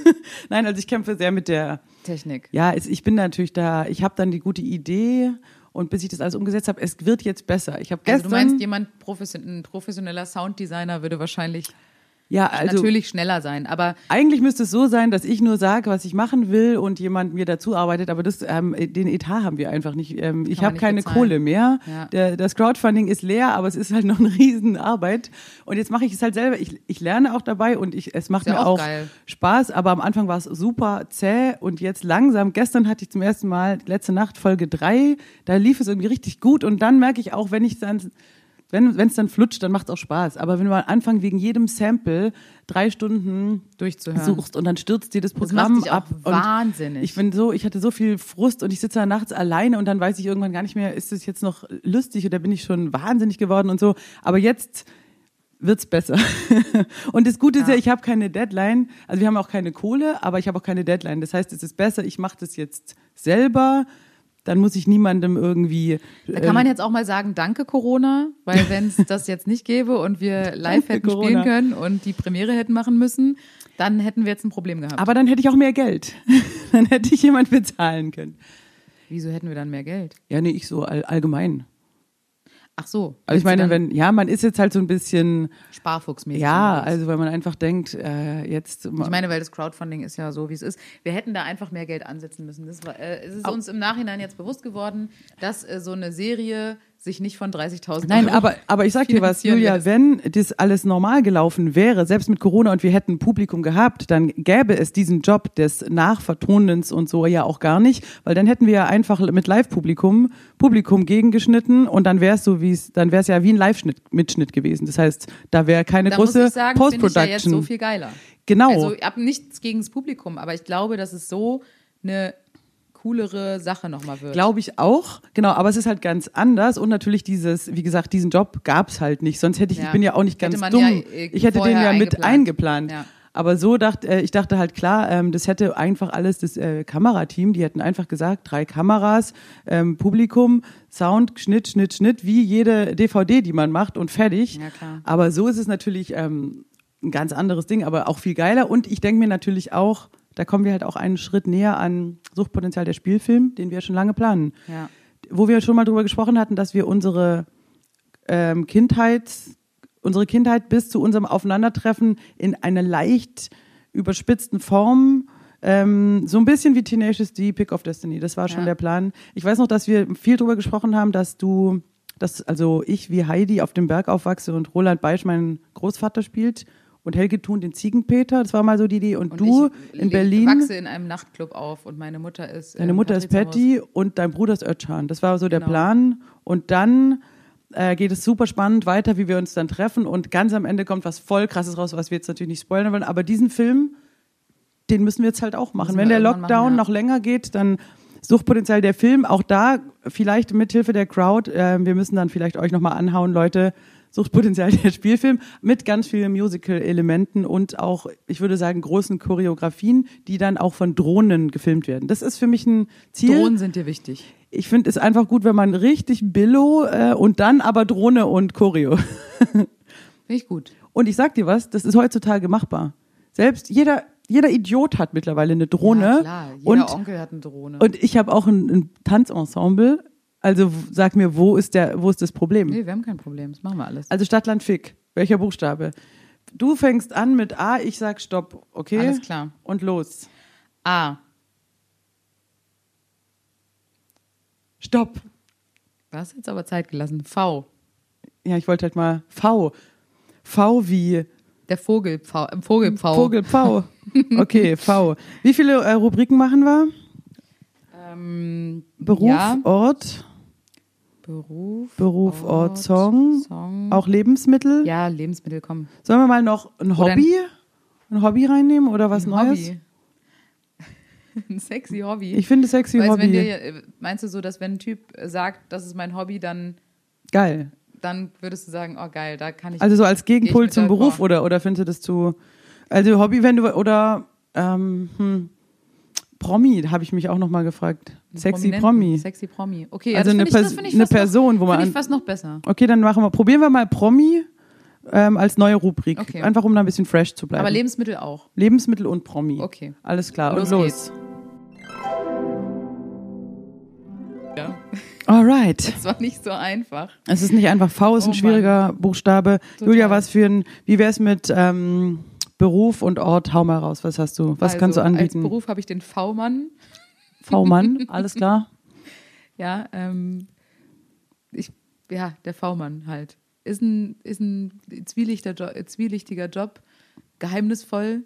Speaker 2: Nein, also ich kämpfe sehr mit der
Speaker 1: Technik.
Speaker 2: Ja, es, ich bin natürlich da. Ich habe dann die gute Idee und bis ich das alles umgesetzt habe, es wird jetzt besser. Ich habe
Speaker 1: Also du
Speaker 2: gestern
Speaker 1: meinst, jemand profession ein professioneller Sounddesigner würde wahrscheinlich
Speaker 2: ja, also
Speaker 1: natürlich schneller sein, aber
Speaker 2: Eigentlich müsste es so sein, dass ich nur sage, was ich machen will und jemand mir dazu arbeitet, aber das, ähm, den Etat haben wir einfach nicht. Ähm, ich
Speaker 1: man
Speaker 2: habe
Speaker 1: nicht
Speaker 2: keine
Speaker 1: bezahlen.
Speaker 2: Kohle mehr.
Speaker 1: Ja.
Speaker 2: Der, das Crowdfunding ist leer, aber es ist halt noch eine Riesenarbeit. Und jetzt mache ich es halt selber. Ich, ich lerne auch dabei und ich, es macht
Speaker 1: Ist ja
Speaker 2: mir
Speaker 1: auch
Speaker 2: auch,
Speaker 1: geil.
Speaker 2: Spaß, aber am Anfang war es super zäh und jetzt langsam. Gestern hatte ich zum ersten Mal letzte Nacht Folge drei. da lief es irgendwie richtig gut und dann merke ich auch, wenn ich dann Wenn es dann flutscht, dann macht es auch Spaß. Aber wenn du am Anfang wegen jedem Sample drei Stunden
Speaker 1: Durchzuhören.
Speaker 2: suchst und dann stürzt dir das
Speaker 1: Das macht
Speaker 2: Programm
Speaker 1: dich auch
Speaker 2: ab. und
Speaker 1: wahnsinnig.
Speaker 2: ich bin so, ich hatte so viel Frust und ich sitze da nachts alleine und dann weiß ich irgendwann gar nicht mehr, ist es jetzt noch lustig oder bin ich schon wahnsinnig geworden und so. Aber jetzt wird's besser. und das Gute ist ja, ich habe keine Deadline. Also wir haben auch keine Kohle, aber ich habe auch keine Deadline. Das heißt, es ist besser, ich mache das jetzt selber. Dann muss ich niemandem irgendwie.
Speaker 1: Da kann man
Speaker 2: Ähm,
Speaker 1: jetzt auch mal sagen, danke Corona, weil wenn es das jetzt nicht gäbe und wir live
Speaker 2: Danke,
Speaker 1: hätten
Speaker 2: Corona.
Speaker 1: spielen können und die Premiere hätten machen müssen, dann hätten wir jetzt ein Problem gehabt.
Speaker 2: Aber dann hätte ich auch mehr Geld. dann hätte ich jemand bezahlen können.
Speaker 1: Wieso hätten wir dann mehr Geld?
Speaker 2: Ja, nee, ich so all, allgemein.
Speaker 1: Ach so.
Speaker 2: Also
Speaker 1: willst
Speaker 2: ich
Speaker 1: du
Speaker 2: meine,
Speaker 1: dann
Speaker 2: wenn, ja, man ist jetzt halt so ein bisschen,
Speaker 1: Sparfuchsmäßig.
Speaker 2: ja,
Speaker 1: oder was?
Speaker 2: also weil man einfach denkt, äh, jetzt.
Speaker 1: Ich meine, weil das Crowdfunding ist ja so, wie es ist. Wir hätten da einfach mehr Geld ansetzen müssen. Das war, äh, es ist uns im Nachhinein jetzt bewusst geworden, dass äh, so eine Serie sich nicht von 30.000
Speaker 2: Nein,
Speaker 1: Euro
Speaker 2: aber, aber ich sag dir was,
Speaker 1: finanzieren
Speaker 2: Julia,
Speaker 1: lässt.
Speaker 2: wenn das alles normal gelaufen wäre, selbst mit Corona und wir hätten ein Publikum gehabt, dann gäbe es diesen Job des Nachvertonens und so ja auch gar nicht, weil dann hätten wir ja einfach mit Live-Publikum Publikum gegengeschnitten und dann wäre es so wie es, dann wäre es ja wie ein Live-Mitschnitt gewesen. Das heißt, da wäre keine
Speaker 1: da
Speaker 2: große
Speaker 1: muss ich sagen, finde ich ja jetzt
Speaker 2: Post-Production.
Speaker 1: so viel geiler.
Speaker 2: genau.
Speaker 1: Also ich habe nichts gegen das Publikum, aber ich glaube, dass es so eine coolere Sache nochmal wird.
Speaker 2: Glaube ich auch, genau, aber es ist halt ganz anders und natürlich dieses, wie gesagt, diesen Job gab es halt nicht, sonst hätte ich,
Speaker 1: Ja.
Speaker 2: ich bin ja auch nicht
Speaker 1: Hätte
Speaker 2: ganz
Speaker 1: man
Speaker 2: dumm,
Speaker 1: ja, äh,
Speaker 2: ich hätte den ja
Speaker 1: vorher
Speaker 2: mit eingeplant.
Speaker 1: eingeplant. Ja.
Speaker 2: Aber so dachte, äh, ich dachte halt klar, ähm, das hätte einfach alles das äh, Kamerateam, die hätten einfach gesagt, drei Kameras, ähm, Publikum, Sound, Schnitt, Schnitt, Schnitt, wie jede DVD, die man macht und fertig.
Speaker 1: Ja, klar.
Speaker 2: Aber so ist es natürlich ähm, ein ganz anderes Ding, aber auch viel geiler. Und ich denke mir natürlich auch, da kommen wir halt auch einen Schritt näher an Suchtpotenzial der Spielfilm, den wir schon lange planen.
Speaker 1: Ja.
Speaker 2: Wo wir schon mal drüber gesprochen hatten, dass wir unsere ähm, Kindheit, unsere Kindheit bis zu unserem Aufeinandertreffen in einer leicht überspitzten Form, ähm, so ein bisschen wie Tenacious D, Pick of Destiny, das war schon
Speaker 1: Ja.
Speaker 2: der Plan. Ich weiß noch, dass wir viel drüber gesprochen haben, dass du, dass also ich wie Heidi auf dem Berg aufwachse und Roland Beisch meinen Großvater spielt und Helge Thun den Ziegenpeter, das war mal so die Idee. Und,
Speaker 1: Und
Speaker 2: du
Speaker 1: ich
Speaker 2: in
Speaker 1: le-
Speaker 2: Berlin.
Speaker 1: wachse in einem Nachtclub auf und meine Mutter ist.
Speaker 2: Deine
Speaker 1: ähm,
Speaker 2: Mutter ist
Speaker 1: Patrizierhaus.
Speaker 2: Patty und dein Bruder ist Özcan. Das war so der
Speaker 1: Genau.
Speaker 2: Plan. Und dann äh, geht es super spannend weiter, wie wir uns dann treffen. Und ganz am Ende kommt was voll Krasses raus, was wir jetzt natürlich nicht spoilern wollen. Aber diesen Film, den müssen wir jetzt halt auch machen.
Speaker 1: Müssen
Speaker 2: Wenn
Speaker 1: wir
Speaker 2: der
Speaker 1: irgendwann
Speaker 2: Lockdown
Speaker 1: machen, ja.
Speaker 2: noch länger geht, dann Suchtpotenzial der Film. Auch da vielleicht mithilfe der Crowd. Äh, wir müssen dann vielleicht euch nochmal anhauen, Leute. Suchtpotenzial der Spielfilm mit ganz vielen Musical-Elementen und auch, ich würde sagen, großen Choreografien, die dann auch von Drohnen gefilmt werden. Das ist für mich ein Ziel.
Speaker 1: Drohnen sind dir wichtig.
Speaker 2: Ich finde es einfach gut, wenn man richtig Billo äh, und dann aber Drohne und Choreo.
Speaker 1: Finde ich gut.
Speaker 2: Und ich sag dir was, das ist heutzutage machbar. Selbst jeder, jeder Idiot hat mittlerweile eine Drohne.
Speaker 1: Ja, klar, jeder
Speaker 2: und,
Speaker 1: Onkel hat eine Drohne.
Speaker 2: und ich habe auch ein, ein Tanzensemble. Also w- sag mir, wo ist, der, wo ist das Problem?
Speaker 1: nee, wir haben kein Problem, das machen wir alles.
Speaker 2: Also Stadtland Fick. Welcher Buchstabe? Du fängst an mit A, ich sag Stopp, okay?
Speaker 1: Alles klar.
Speaker 2: Und los.
Speaker 1: A.
Speaker 2: Stopp.
Speaker 1: Du hast jetzt aber Zeit gelassen. V.
Speaker 2: Ja, ich wollte halt mal V. V wie
Speaker 1: Der Vogel V. Im Vogel V.
Speaker 2: Vogel V. Okay, V. Wie viele äh, Rubriken machen wir?
Speaker 1: Ähm,
Speaker 2: Beruf,
Speaker 1: Ja.
Speaker 2: Ort,
Speaker 1: Beruf.
Speaker 2: Beruf, Ort, Song,
Speaker 1: Song.
Speaker 2: auch Lebensmittel.
Speaker 1: Ja, Lebensmittel kommen.
Speaker 2: Sollen wir mal noch ein
Speaker 1: Oder
Speaker 2: Hobby? Ein Hobby reinnehmen oder was
Speaker 1: Ein
Speaker 2: Neues?
Speaker 1: Hobby. Ein sexy Hobby.
Speaker 2: Ich finde sexy
Speaker 1: Weißt, du,
Speaker 2: Hobby
Speaker 1: wenn dir, äh, meinst du so, dass wenn ein Typ äh, sagt, das ist mein Hobby, dann,
Speaker 2: geil.
Speaker 1: dann würdest du sagen, oh geil, da kann ich.
Speaker 2: Also so als
Speaker 1: Geh ich
Speaker 2: Gegenpol
Speaker 1: mit
Speaker 2: zum
Speaker 1: d'accord.
Speaker 2: Beruf oder oder findest du das zu Also Hobby, wenn du oder ähm, hm, Promi, habe ich mich auch noch mal gefragt. Sexy
Speaker 1: Prominenten.
Speaker 2: Promi.
Speaker 1: Sexy Promi. Okay,
Speaker 2: Also
Speaker 1: also
Speaker 2: eine
Speaker 1: das finde ich, das
Speaker 2: Pers-
Speaker 1: find ich
Speaker 2: eine
Speaker 1: fast
Speaker 2: Person,
Speaker 1: noch,
Speaker 2: wo man
Speaker 1: find
Speaker 2: an-
Speaker 1: ich fast noch besser.
Speaker 2: Okay, dann machen wir probieren wir mal Promi ähm, als neue Rubrik,
Speaker 1: Okay.
Speaker 2: einfach um da ein bisschen fresh zu bleiben.
Speaker 1: Aber Lebensmittel auch.
Speaker 2: Lebensmittel und Promi.
Speaker 1: Okay.
Speaker 2: Alles klar.
Speaker 1: Los
Speaker 2: und los.
Speaker 1: geht's. Ja.
Speaker 2: Alright.
Speaker 1: Das war nicht so einfach.
Speaker 2: Es ist nicht einfach. V ist
Speaker 1: Oh
Speaker 2: ein schwieriger Buchstabe.
Speaker 1: Total.
Speaker 2: Julia, was für ein, wie wär's mit ähm, Beruf und Ort? Hau mal raus. Was hast du? Was
Speaker 1: also,
Speaker 2: kannst du
Speaker 1: Als
Speaker 2: anbieten?
Speaker 1: Beruf habe ich den V-Mann.
Speaker 2: V-Mann, alles klar.
Speaker 1: Ja, ähm, ich, ja, der V-Mann halt. Ist ein, ist ein zwielichter jo äh, zwielichtiger Job, geheimnisvoll,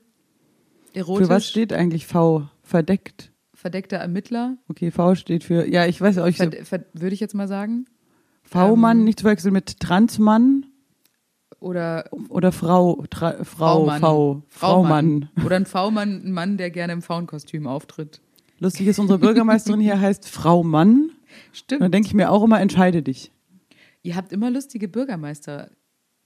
Speaker 1: erotisch,
Speaker 2: Für was steht eigentlich V? Verdeckt.
Speaker 1: verdeckter Ermittler,
Speaker 2: Okay, V steht für, ja, ich weiß auch, ich,
Speaker 1: verd ver würde ich jetzt mal sagen.
Speaker 2: V-Mann,
Speaker 1: ähm,
Speaker 2: nicht zu verwechseln mit Transmann
Speaker 1: Oder
Speaker 2: oder Frau, Tra Frau,
Speaker 1: Fraumann.
Speaker 2: V, Fraumann.
Speaker 1: Oder ein V-Mann, ein Mann, der gerne im Frauenkostüm auftritt.
Speaker 2: Lustig ist, unsere Bürgermeisterin hier heißt Frau Mann. Und
Speaker 1: Stimmt.
Speaker 2: dann denke ich mir auch immer, entscheide dich.
Speaker 1: Ihr habt immer lustige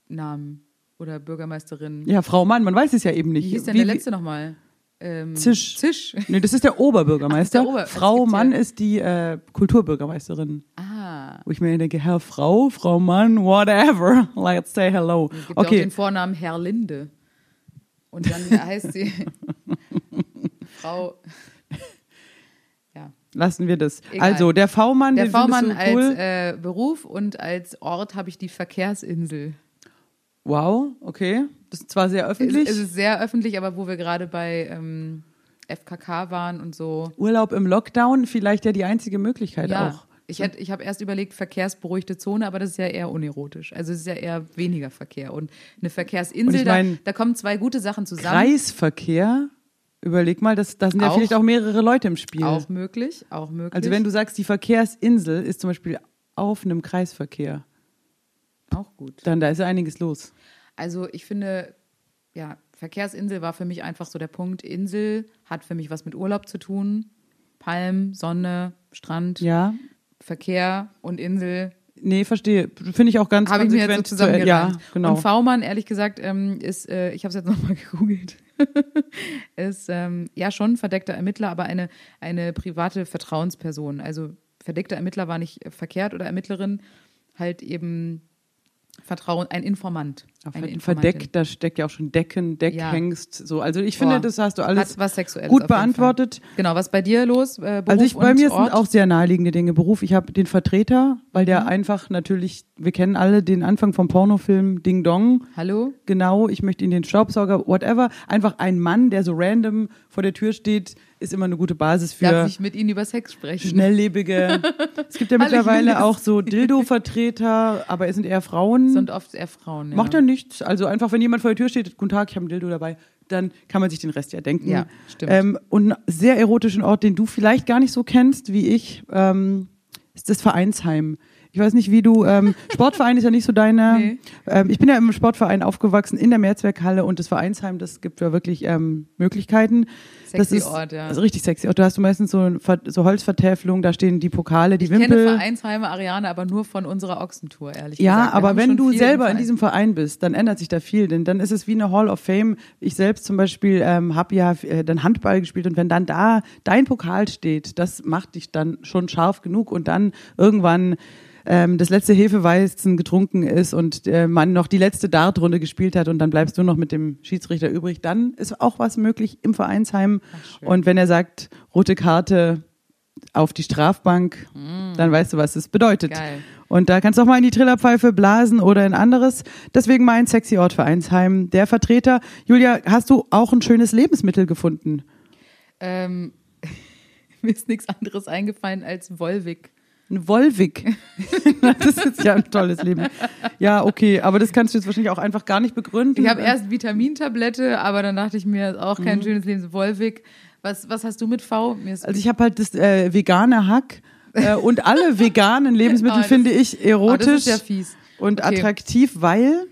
Speaker 1: Bürgermeisternamen oder Bürgermeisterinnen.
Speaker 2: Ja, Frau Mann, man weiß es ja eben nicht.
Speaker 1: Wie hieß denn
Speaker 2: Wie-
Speaker 1: der letzte nochmal? Ähm,
Speaker 2: Zisch.
Speaker 1: Zisch.
Speaker 2: Nee, das ist der Oberbürgermeister.
Speaker 1: Ach, der Ober- es
Speaker 2: Frau
Speaker 1: gibt ja-
Speaker 2: Mann ist die äh, Kulturbürgermeisterin.
Speaker 1: Ah.
Speaker 2: Wo ich mir denke, Herr Frau, Frau Mann, whatever. Let's say hello.
Speaker 1: Es gibt ja auch
Speaker 2: Okay,
Speaker 1: den Vornamen Herr Linde. Und dann heißt sie Frau. Ja.
Speaker 2: lassen wir das.
Speaker 1: Egal.
Speaker 2: Also, der V-Mann,
Speaker 1: Der
Speaker 2: den findest
Speaker 1: V-Mann
Speaker 2: du
Speaker 1: als
Speaker 2: cool.
Speaker 1: äh, Beruf und als Ort habe ich die Verkehrsinsel.
Speaker 2: wow, okay. Das ist zwar sehr
Speaker 1: Es,
Speaker 2: öffentlich.
Speaker 1: es ist sehr öffentlich, aber wo wir gerade bei ähm, FKK waren und so.
Speaker 2: Urlaub im Lockdown, vielleicht ja die einzige Möglichkeit
Speaker 1: Ja,
Speaker 2: Halt auch.
Speaker 1: ich, hätt- ich habe erst überlegt, verkehrsberuhigte Zone, aber das ist ja eher unerotisch. Also es ist ja eher weniger Verkehr. Und eine Verkehrsinsel,
Speaker 2: Und ich mein-
Speaker 1: da, da kommen zwei gute Sachen zusammen.
Speaker 2: Kreisverkehr, überleg mal, das, da sind ja
Speaker 1: Auch.
Speaker 2: vielleicht auch mehrere Leute im Spiel.
Speaker 1: Auch möglich, auch möglich.
Speaker 2: Also wenn du sagst, die Verkehrsinsel ist zum Beispiel auf einem Kreisverkehr,
Speaker 1: auch gut.
Speaker 2: dann da ist ja einiges los.
Speaker 1: Also ich finde, ja, Verkehrsinsel war für mich einfach so der Punkt. Insel hat für mich was mit Urlaub zu tun. Palm, Sonne, Strand,
Speaker 2: Ja.
Speaker 1: Verkehr und Insel.
Speaker 2: Nee, verstehe. Finde ich auch ganz
Speaker 1: Habe ich mir jetzt so
Speaker 2: konsequent zu- Ja,
Speaker 1: zusammengereimt.
Speaker 2: genau.
Speaker 1: Und V-Mann, ehrlich gesagt, ähm, ist, äh, ich habe es jetzt nochmal gegoogelt, ist ähm, ja schon ein verdeckter Ermittler, aber eine, eine private Vertrauensperson. Also verdeckter Ermittler war nicht äh, verkehrt oder Ermittlerin, halt eben Vertrauen, ein Informant.
Speaker 2: Ja,
Speaker 1: eine
Speaker 2: ver-
Speaker 1: Informantin.
Speaker 2: verdeckt, da steckt ja auch schon Decken,
Speaker 1: Ja.
Speaker 2: Deckhengst. So. Also ich finde,
Speaker 1: Boah.
Speaker 2: das hast du alles
Speaker 1: Hat was Sexuelles. auf
Speaker 2: gut
Speaker 1: jeden Fall.
Speaker 2: beantwortet.
Speaker 1: Genau, was bei dir los? Äh, Beruf
Speaker 2: Also ich, bei
Speaker 1: und
Speaker 2: mir
Speaker 1: Ort? Mhm.
Speaker 2: sind auch sehr naheliegende Dinge. Beruf, ich habe den Vertreter, weil der einfach natürlich, wir kennen alle den Anfang vom Pornofilm Ding Dong.
Speaker 1: Hallo?
Speaker 2: Genau, ich möchte ihn den Staubsauger, whatever. Einfach ein Mann, der so random vor der Tür steht, ist immer eine gute Basis für.
Speaker 1: Darf ich mit Ihnen über Sex sprechen?
Speaker 2: schnelllebige. es gibt ja
Speaker 1: Alle
Speaker 2: mittlerweile
Speaker 1: Julis.
Speaker 2: auch so Dildo-Vertreter, aber es sind eher Frauen.
Speaker 1: Sind oft eher Frauen. Ja.
Speaker 2: Macht ja nichts. Also einfach, wenn jemand vor der Tür steht, guten Tag, ich habe einen Dildo dabei, dann kann man sich den Rest ja denken.
Speaker 1: Ja, stimmt.
Speaker 2: Ähm, und einen sehr erotischen Ort, den du vielleicht gar nicht so kennst wie ich, ähm, ist das Vereinsheim. Ich weiß nicht, wie du, ähm, Sportverein ist ja nicht so deine.
Speaker 1: Nee.
Speaker 2: Ähm, ich bin ja im Sportverein aufgewachsen, in der Mehrzweckhalle und das Vereinsheim, das gibt ja wirklich ähm, Möglichkeiten. das
Speaker 1: Sexy
Speaker 2: ist,
Speaker 1: Ort, ja.
Speaker 2: Also richtig sexy. Ort. Du hast meistens so, ein Ver- so Holzvertäfelung, da stehen die Pokale, die
Speaker 1: ich kenne
Speaker 2: Wimpel.
Speaker 1: Vereinsheime Ariane, aber nur von unserer Ochsentour, ehrlich
Speaker 2: Ja,
Speaker 1: gesagt. Wir
Speaker 2: aber
Speaker 1: haben
Speaker 2: wenn
Speaker 1: schon
Speaker 2: du
Speaker 1: viel
Speaker 2: selber in
Speaker 1: im Verein.
Speaker 2: diesem Verein bist, dann ändert sich da viel, denn dann ist es wie eine Hall of Fame. Ich selbst zum Beispiel ähm, habe ja äh, dann Handball gespielt und wenn dann da dein Pokal steht, das macht dich dann schon scharf genug und dann irgendwann ähm, das letzte Hefeweizen getrunken ist und äh, man noch die letzte Dartrunde gespielt hat und dann bleibst du noch mit dem Schiedsrichter übrig, dann ist auch was möglich im Vereinsheim.
Speaker 1: schön.
Speaker 2: Und wenn er sagt, rote Karte auf die Strafbank, dann weißt du, was es bedeutet.
Speaker 1: Mm. Geil.
Speaker 2: Und da kannst du auch mal in die Trillerpfeife blasen oder in anderes. Deswegen mein sexy Ort Vereinsheim. Der Vertreter. Julia, hast du auch ein schönes Lebensmittel gefunden?
Speaker 1: Ähm, mir ist nichts anderes eingefallen als Wolwig.
Speaker 2: Ein Wolwig. das ist ja ein tolles Leben. Ja, okay. Aber das kannst du jetzt wahrscheinlich auch einfach gar nicht begründen.
Speaker 1: Ich habe erst Vitamintablette, aber dann dachte ich mir, ist auch kein schönes Leben. Wolwig. Was, was hast du mit V? Mir ist
Speaker 2: Mhm. also ich habe halt das äh, vegane Hack. Äh, und alle veganen
Speaker 1: Oh,
Speaker 2: Lebensmittel
Speaker 1: das-
Speaker 2: finde ich
Speaker 1: Ah,
Speaker 2: erotisch.
Speaker 1: das ist ja fies.
Speaker 2: und
Speaker 1: Okay.
Speaker 2: attraktiv, weil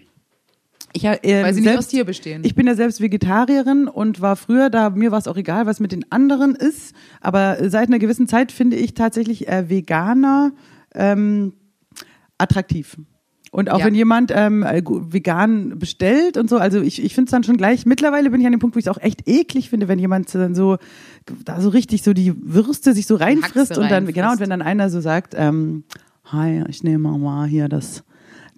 Speaker 2: ich ja, ähm,
Speaker 1: Weil sie nicht
Speaker 2: selbst,
Speaker 1: aus Tier bestehen.
Speaker 2: Ich bin ja selbst Vegetarierin und war früher da mir war es auch egal, was mit den anderen ist, aber seit einer gewissen Zeit finde ich tatsächlich äh, Veganer ähm, attraktiv. Und auch
Speaker 1: Ja.
Speaker 2: wenn jemand ähm, äh, gu- vegan bestellt und so, also ich, ich finde es dann schon gleich, mittlerweile bin ich an dem Punkt, wo ich es auch echt eklig finde, wenn jemand so dann so, da so richtig so die Würste sich so reinfrisst und dann,
Speaker 1: reinfrisst.
Speaker 2: genau, und wenn dann einer so sagt, ähm, hi, ich nehme mal hier das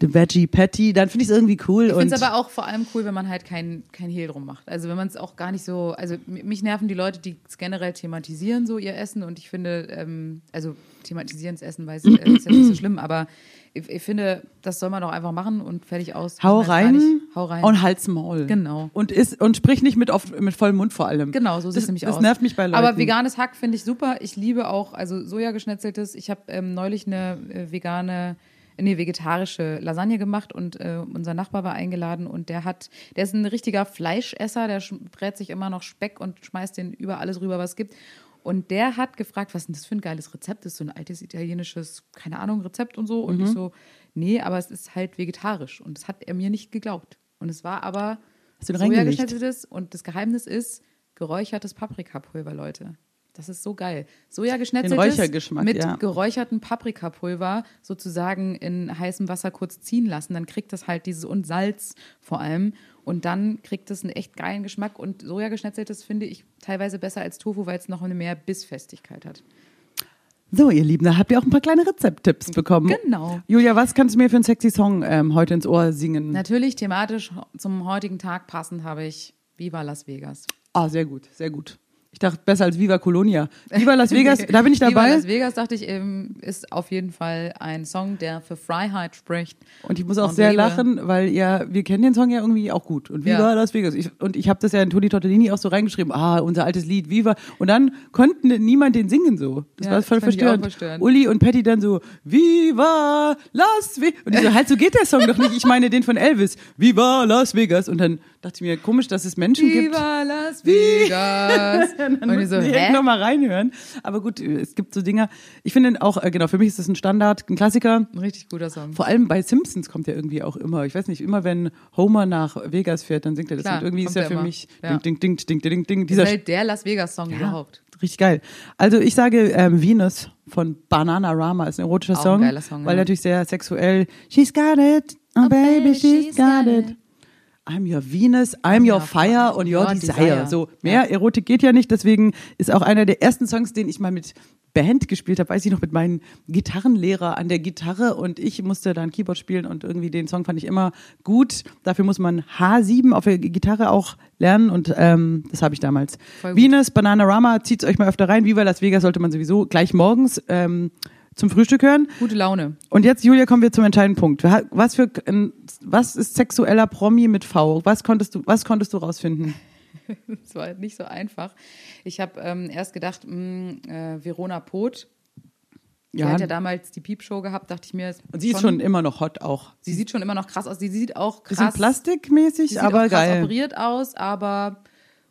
Speaker 2: the Veggie Patty, dann finde ich es irgendwie cool.
Speaker 1: Ich finde
Speaker 2: und
Speaker 1: es aber auch vor allem cool, wenn man halt kein, kein Hehl drum macht. Also wenn man es auch gar nicht so, also m- mich nerven die Leute, die es generell thematisieren, so ihr Essen. Und ich finde, ähm, also thematisieren das Essen weiß ich, äh, ist ja nicht so schlimm, aber ich, ich finde, das soll man doch einfach machen und fertig aus.
Speaker 2: Hau
Speaker 1: Ich meine,
Speaker 2: rein,
Speaker 1: es war nicht- Hau rein.
Speaker 2: und halt's Maul.
Speaker 1: Genau.
Speaker 2: Und, ist, und sprich nicht mit, auf, mit vollem Mund vor allem.
Speaker 1: Genau, so sieht
Speaker 2: Das-
Speaker 1: es nämlich
Speaker 2: das
Speaker 1: aus.
Speaker 2: nervt mich bei Leuten.
Speaker 1: Aber veganes Hack finde ich super. Ich liebe auch, also Sojageschnetzeltes. Ich habe ähm, neulich eine äh, vegane, äh, nee, vegetarische Lasagne gemacht und äh, unser Nachbar war eingeladen und der hat, der ist ein richtiger Fleischesser, der sch- brät sich immer noch Speck und schmeißt den über alles rüber, was es gibt. Und der hat gefragt, was ist denn das für ein geiles Rezept ist, so ein altes italienisches, keine Ahnung, Rezept und so. Und
Speaker 2: Mhm.
Speaker 1: ich so, nee, aber es ist halt vegetarisch. Und das hat er mir nicht geglaubt. Und es war aber
Speaker 2: Hast du ihn reingelegt?
Speaker 1: geschnetzeltes und das Geheimnis ist geräuchertes Paprikapulver, Leute. Das ist so geil. Soja geschnetzeltes
Speaker 2: Räuchergeschmack,
Speaker 1: mit
Speaker 2: ja.
Speaker 1: geräucherten Paprikapulver sozusagen in heißem Wasser kurz ziehen lassen. Dann kriegt das halt dieses und Salz vor allem. Und dann kriegt es einen echt geilen Geschmack. Und Soja geschnetzeltes finde ich teilweise besser als Tofu, weil es noch eine mehr Bissfestigkeit hat.
Speaker 2: So, ihr Lieben, da habt ihr auch ein paar kleine Rezepttipps bekommen.
Speaker 1: Genau.
Speaker 2: Julia, was kannst du mir für einen sexy Song ähm, heute ins Ohr singen?
Speaker 1: Natürlich thematisch zum heutigen Tag passend habe ich Viva Las Vegas.
Speaker 2: Ah, sehr gut, sehr gut. Ich dachte, besser als Viva Colonia. Viva Las Vegas, da bin ich
Speaker 1: Viva
Speaker 2: dabei.
Speaker 1: Las Vegas, dachte ich, ähm, ist auf jeden Fall ein Song, der für Freiheit spricht.
Speaker 2: Und ich muss auch
Speaker 1: Und
Speaker 2: sehr
Speaker 1: Liebe.
Speaker 2: lachen, weil ja, wir kennen den Song ja irgendwie auch gut. Und Viva
Speaker 1: Ja.
Speaker 2: Las Vegas. Ich, und ich habe das ja in Toni Tortellini auch so reingeschrieben. Ah, unser altes Lied, Viva. Und dann konnten niemand den singen so. Das
Speaker 1: Ja,
Speaker 2: war voll
Speaker 1: das fand ich auch
Speaker 2: verstörend.
Speaker 1: verstörend.
Speaker 2: Uli und Patty dann so, Viva Las Vegas. Und ich so, halt, so geht der Song doch nicht. Ich meine den von Elvis. Viva Las Vegas. Und dann dachte ich mir, komisch, dass es Menschen gibt.
Speaker 1: Viva Las Vegas. Und ich so,
Speaker 2: direkt
Speaker 1: hä?
Speaker 2: nochmal reinhören. Aber gut, es gibt so Dinger. Ich finde auch, äh, genau, für mich ist das ein Standard, ein Klassiker.
Speaker 1: Ein richtig guter Song.
Speaker 2: Vor allem bei Simpsons kommt ja irgendwie auch immer, ich weiß nicht, immer wenn Homer nach Vegas fährt, dann singt er das.
Speaker 1: Klar,
Speaker 2: und irgendwie
Speaker 1: kommt
Speaker 2: ist ja
Speaker 1: er
Speaker 2: für
Speaker 1: immer.
Speaker 2: mich
Speaker 1: Ja.
Speaker 2: ding, ding, ding, ding, ding, ding,
Speaker 1: Das
Speaker 2: dieser
Speaker 1: ist halt der Las Vegas-Song überhaupt.
Speaker 2: Ja, richtig geil. Also ich sage ähm, Venus von Bananarama ist ein erotischer
Speaker 1: Auch ein
Speaker 2: Song,
Speaker 1: geiler Song,
Speaker 2: weil
Speaker 1: ja.
Speaker 2: natürlich sehr sexuell. She's got it, oh, baby, she's got it. I'm your Venus, I'm your fire and your,
Speaker 1: your
Speaker 2: desire.
Speaker 1: desire.
Speaker 2: So mehr Erotik geht ja nicht, deswegen ist auch einer der ersten Songs, den ich mal mit Band gespielt habe, weiß ich noch mit meinem Gitarrenlehrer an der Gitarre und ich musste dann Keyboard spielen und irgendwie den Song fand ich immer gut. Dafür muss man H7 auf der Gitarre auch lernen und ähm, das habe ich damals.
Speaker 1: Voll gut.
Speaker 2: Venus, Bananarama, zieht's euch mal öfter rein. Viva Las Vegas sollte man sowieso gleich morgens ähm, zum Frühstück hören.
Speaker 1: Gute Laune.
Speaker 2: Und jetzt, Julia, kommen wir zum entscheidenden Punkt. Was für ein- was ist sexueller Promi mit V? Was konntest du, was konntest du rausfinden?
Speaker 1: Das war halt nicht so einfach. Ich habe ähm, erst gedacht, mh, äh, Verona Poth, die hat ja damals die Piepshow gehabt, dachte ich mir. Ist
Speaker 2: Und sie ist schon immer noch hot auch.
Speaker 1: Sie sieht schon immer noch krass aus. Sie sieht auch krass.
Speaker 2: Bisschen plastikmäßig,
Speaker 1: Sie sieht
Speaker 2: aber
Speaker 1: auch krass
Speaker 2: geil.
Speaker 1: operiert aus, aber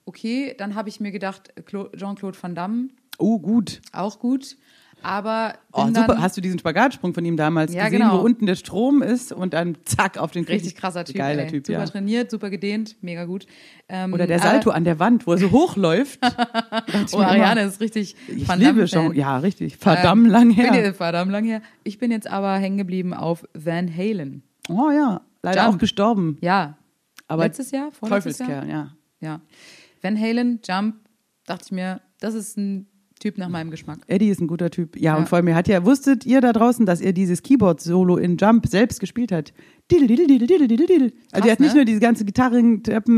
Speaker 1: okay. Dann habe ich mir gedacht, Clo- Jean-Claude Van Damme,
Speaker 2: Oh, gut.
Speaker 1: auch gut. Aber
Speaker 2: Oh,
Speaker 1: bin
Speaker 2: super.
Speaker 1: dann-
Speaker 2: Hast du diesen Spagatsprung von ihm damals
Speaker 1: Ja,
Speaker 2: gesehen,
Speaker 1: genau.
Speaker 2: wo unten der Strom ist und dann zack auf den
Speaker 1: richtig krasser Typ.
Speaker 2: Geiler
Speaker 1: ey.
Speaker 2: Typ,
Speaker 1: super
Speaker 2: ja.
Speaker 1: trainiert, super gedehnt, mega gut. Ähm,
Speaker 2: Oder der
Speaker 1: aber-
Speaker 2: Salto an der Wand, wo er so hochläuft. Dachte ich
Speaker 1: Oh,
Speaker 2: mir immer,
Speaker 1: Ariane ist richtig
Speaker 2: Ich
Speaker 1: Van
Speaker 2: liebe
Speaker 1: Damme-Fan.
Speaker 2: schon. Ja, richtig.
Speaker 1: Ähm,
Speaker 2: Verdammt lang
Speaker 1: bin
Speaker 2: her.
Speaker 1: jetzt- verdammt lang her. Ich bin jetzt aber hängen geblieben auf Van Halen.
Speaker 2: Oh ja, leider
Speaker 1: Jump.
Speaker 2: auch gestorben.
Speaker 1: Ja.
Speaker 2: Aber
Speaker 1: Letztes Jahr? Vorletztes Jahr?
Speaker 2: Teufelskerl, ja.
Speaker 1: Ja. Van Halen, Jump, dachte ich mir, das ist ein Typ nach meinem Geschmack.
Speaker 2: Eddie ist ein guter Typ. Ja,
Speaker 1: Ja.
Speaker 2: und vor allem, er hat ja, wusstet ihr da draußen, dass er dieses Keyboard-Solo in Jump selbst gespielt hat? Diddle, diddle, diddle, diddle, diddle, diddle. Also er hat
Speaker 1: ne?
Speaker 2: nicht nur diese ganze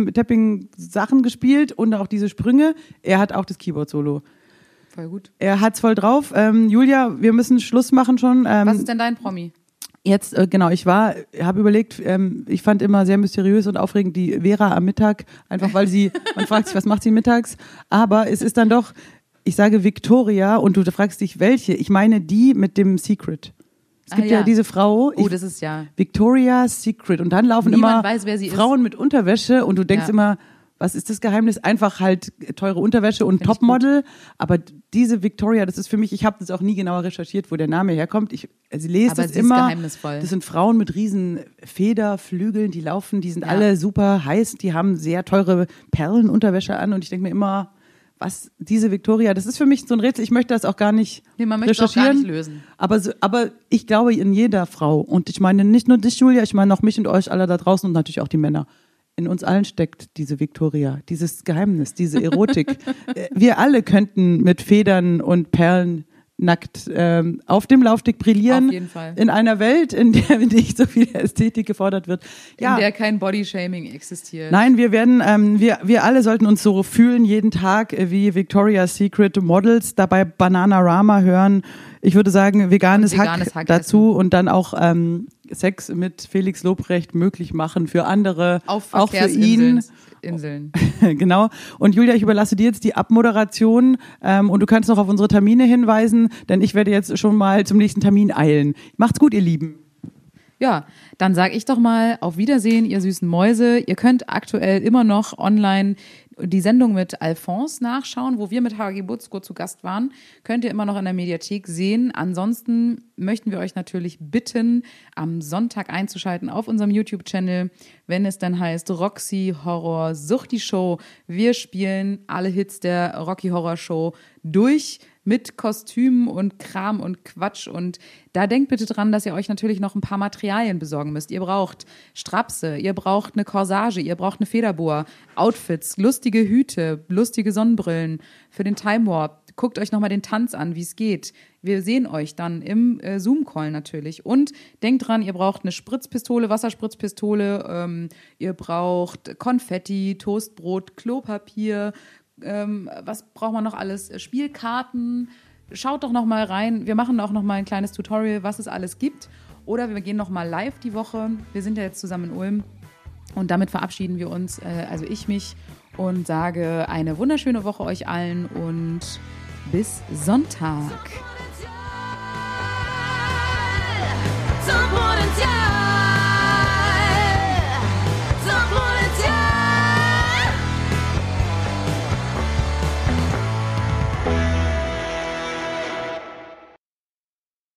Speaker 2: Gitarren-Tapping-Sachen gespielt und auch diese Sprünge, er hat auch das Keyboard-Solo.
Speaker 1: Voll gut.
Speaker 2: Er hat's voll drauf. Ähm, Julia, wir müssen Schluss machen schon. Ähm,
Speaker 1: Was ist denn dein Promi?
Speaker 2: Jetzt, äh, genau, ich war, habe überlegt, ähm, ich fand immer sehr mysteriös und aufregend die Vera am Mittag, einfach weil sie, man fragt sich, was macht sie mittags? Aber es ist dann doch, ich sage Victoria und du fragst dich, welche? Ich meine die mit dem Secret. Es
Speaker 1: Ah,
Speaker 2: gibt ja.
Speaker 1: ja.
Speaker 2: diese Frau,
Speaker 1: Oh,
Speaker 2: ich-
Speaker 1: das ist ja.
Speaker 2: Victoria's Secret und dann laufen
Speaker 1: Niemand
Speaker 2: immer
Speaker 1: weiß, wer sie ist.
Speaker 2: Frauen mit Unterwäsche und du denkst
Speaker 1: Ja.
Speaker 2: immer, was ist das Geheimnis? Einfach halt teure Unterwäsche und
Speaker 1: Find ich
Speaker 2: Topmodel. Aber diese Victoria, das ist für mich, ich habe das auch nie genauer recherchiert, wo der Name herkommt. Ich also lese
Speaker 1: Aber
Speaker 2: das
Speaker 1: sie ist
Speaker 2: immer.
Speaker 1: geheimnisvoll.
Speaker 2: Das sind Frauen mit riesen Federflügeln, die laufen, die sind
Speaker 1: Ja.
Speaker 2: alle super heiß, die haben sehr teure Perlenunterwäsche an und ich denke mir immer, was diese Victoria, das ist für mich so ein Rätsel. Ich möchte das auch gar nicht
Speaker 1: Nee, man möchte es auch
Speaker 2: recherchieren.
Speaker 1: gar nicht lösen.
Speaker 2: Aber, so, aber ich glaube in jeder Frau. Und ich meine nicht nur dich, Julia, ich meine auch mich und euch alle da draußen und natürlich auch die Männer. In uns allen steckt diese Victoria, dieses Geheimnis, diese Erotik. Äh, Wir alle könnten mit Federn und Perlen nackt ähm, auf dem Laufsteg brillieren.
Speaker 1: Auf jeden Fall.
Speaker 2: In einer Welt, in der nicht so viel Ästhetik gefordert wird. Ja.
Speaker 1: In der kein Bodyshaming existiert.
Speaker 2: Nein, wir werden, ähm, wir, wir alle sollten uns so fühlen jeden Tag äh, wie Victoria's Secret Models, dabei Bananarama hören. Ich würde sagen, veganes,
Speaker 1: Und veganes
Speaker 2: Hack,
Speaker 1: Hack
Speaker 2: dazu und dann auch ähm, Sex mit Felix Lobrecht möglich machen für andere,
Speaker 1: Auf
Speaker 2: auch für ihn.
Speaker 1: Verkehrsinseln. Inseln.
Speaker 2: genau. Und Julia, ich überlasse dir jetzt die Abmoderation ähm, und du kannst noch auf unsere Termine hinweisen, denn ich werde jetzt schon mal zum nächsten Termin eilen. Macht's gut, ihr Lieben.
Speaker 1: Ja, dann sage ich doch mal auf Wiedersehen, ihr süßen Mäuse. Ihr könnt aktuell immer noch online die Sendung mit Alphonse nachschauen, wo wir mit Hagi Butzko zu Gast waren. Könnt ihr immer noch in der Mediathek sehen. Ansonsten möchten wir euch natürlich bitten, am Sonntag einzuschalten auf unserem YouTube-Channel, wenn es dann heißt Roxy Horror Suchti Show. Wir spielen alle Hits der Rocky Horror Show durch mit Kostümen und Kram und Quatsch. Und da denkt bitte dran, dass ihr euch natürlich noch ein paar Materialien besorgen müsst. Ihr braucht Strapse, ihr braucht eine Corsage, ihr braucht eine Federboa, Outfits, lustige Hüte, lustige Sonnenbrillen für den Time Warp. Guckt euch nochmal den Tanz an, wie es geht. Wir sehen euch dann im äh, Zoom-Call natürlich. Und denkt dran, ihr braucht eine Spritzpistole, Wasserspritzpistole, ähm, ihr braucht Konfetti, Toastbrot, Klopapier, ähm, was braucht man noch alles? Äh, Spielkarten. Schaut doch noch mal rein. Wir machen auch noch mal ein kleines Tutorial, was es alles gibt. Oder wir gehen noch mal live die Woche. Wir sind ja jetzt zusammen in Ulm. Und damit verabschieden wir uns, äh, also ich mich, und sage eine wunderschöne Woche euch allen und bis Sonntag.
Speaker 3: Someone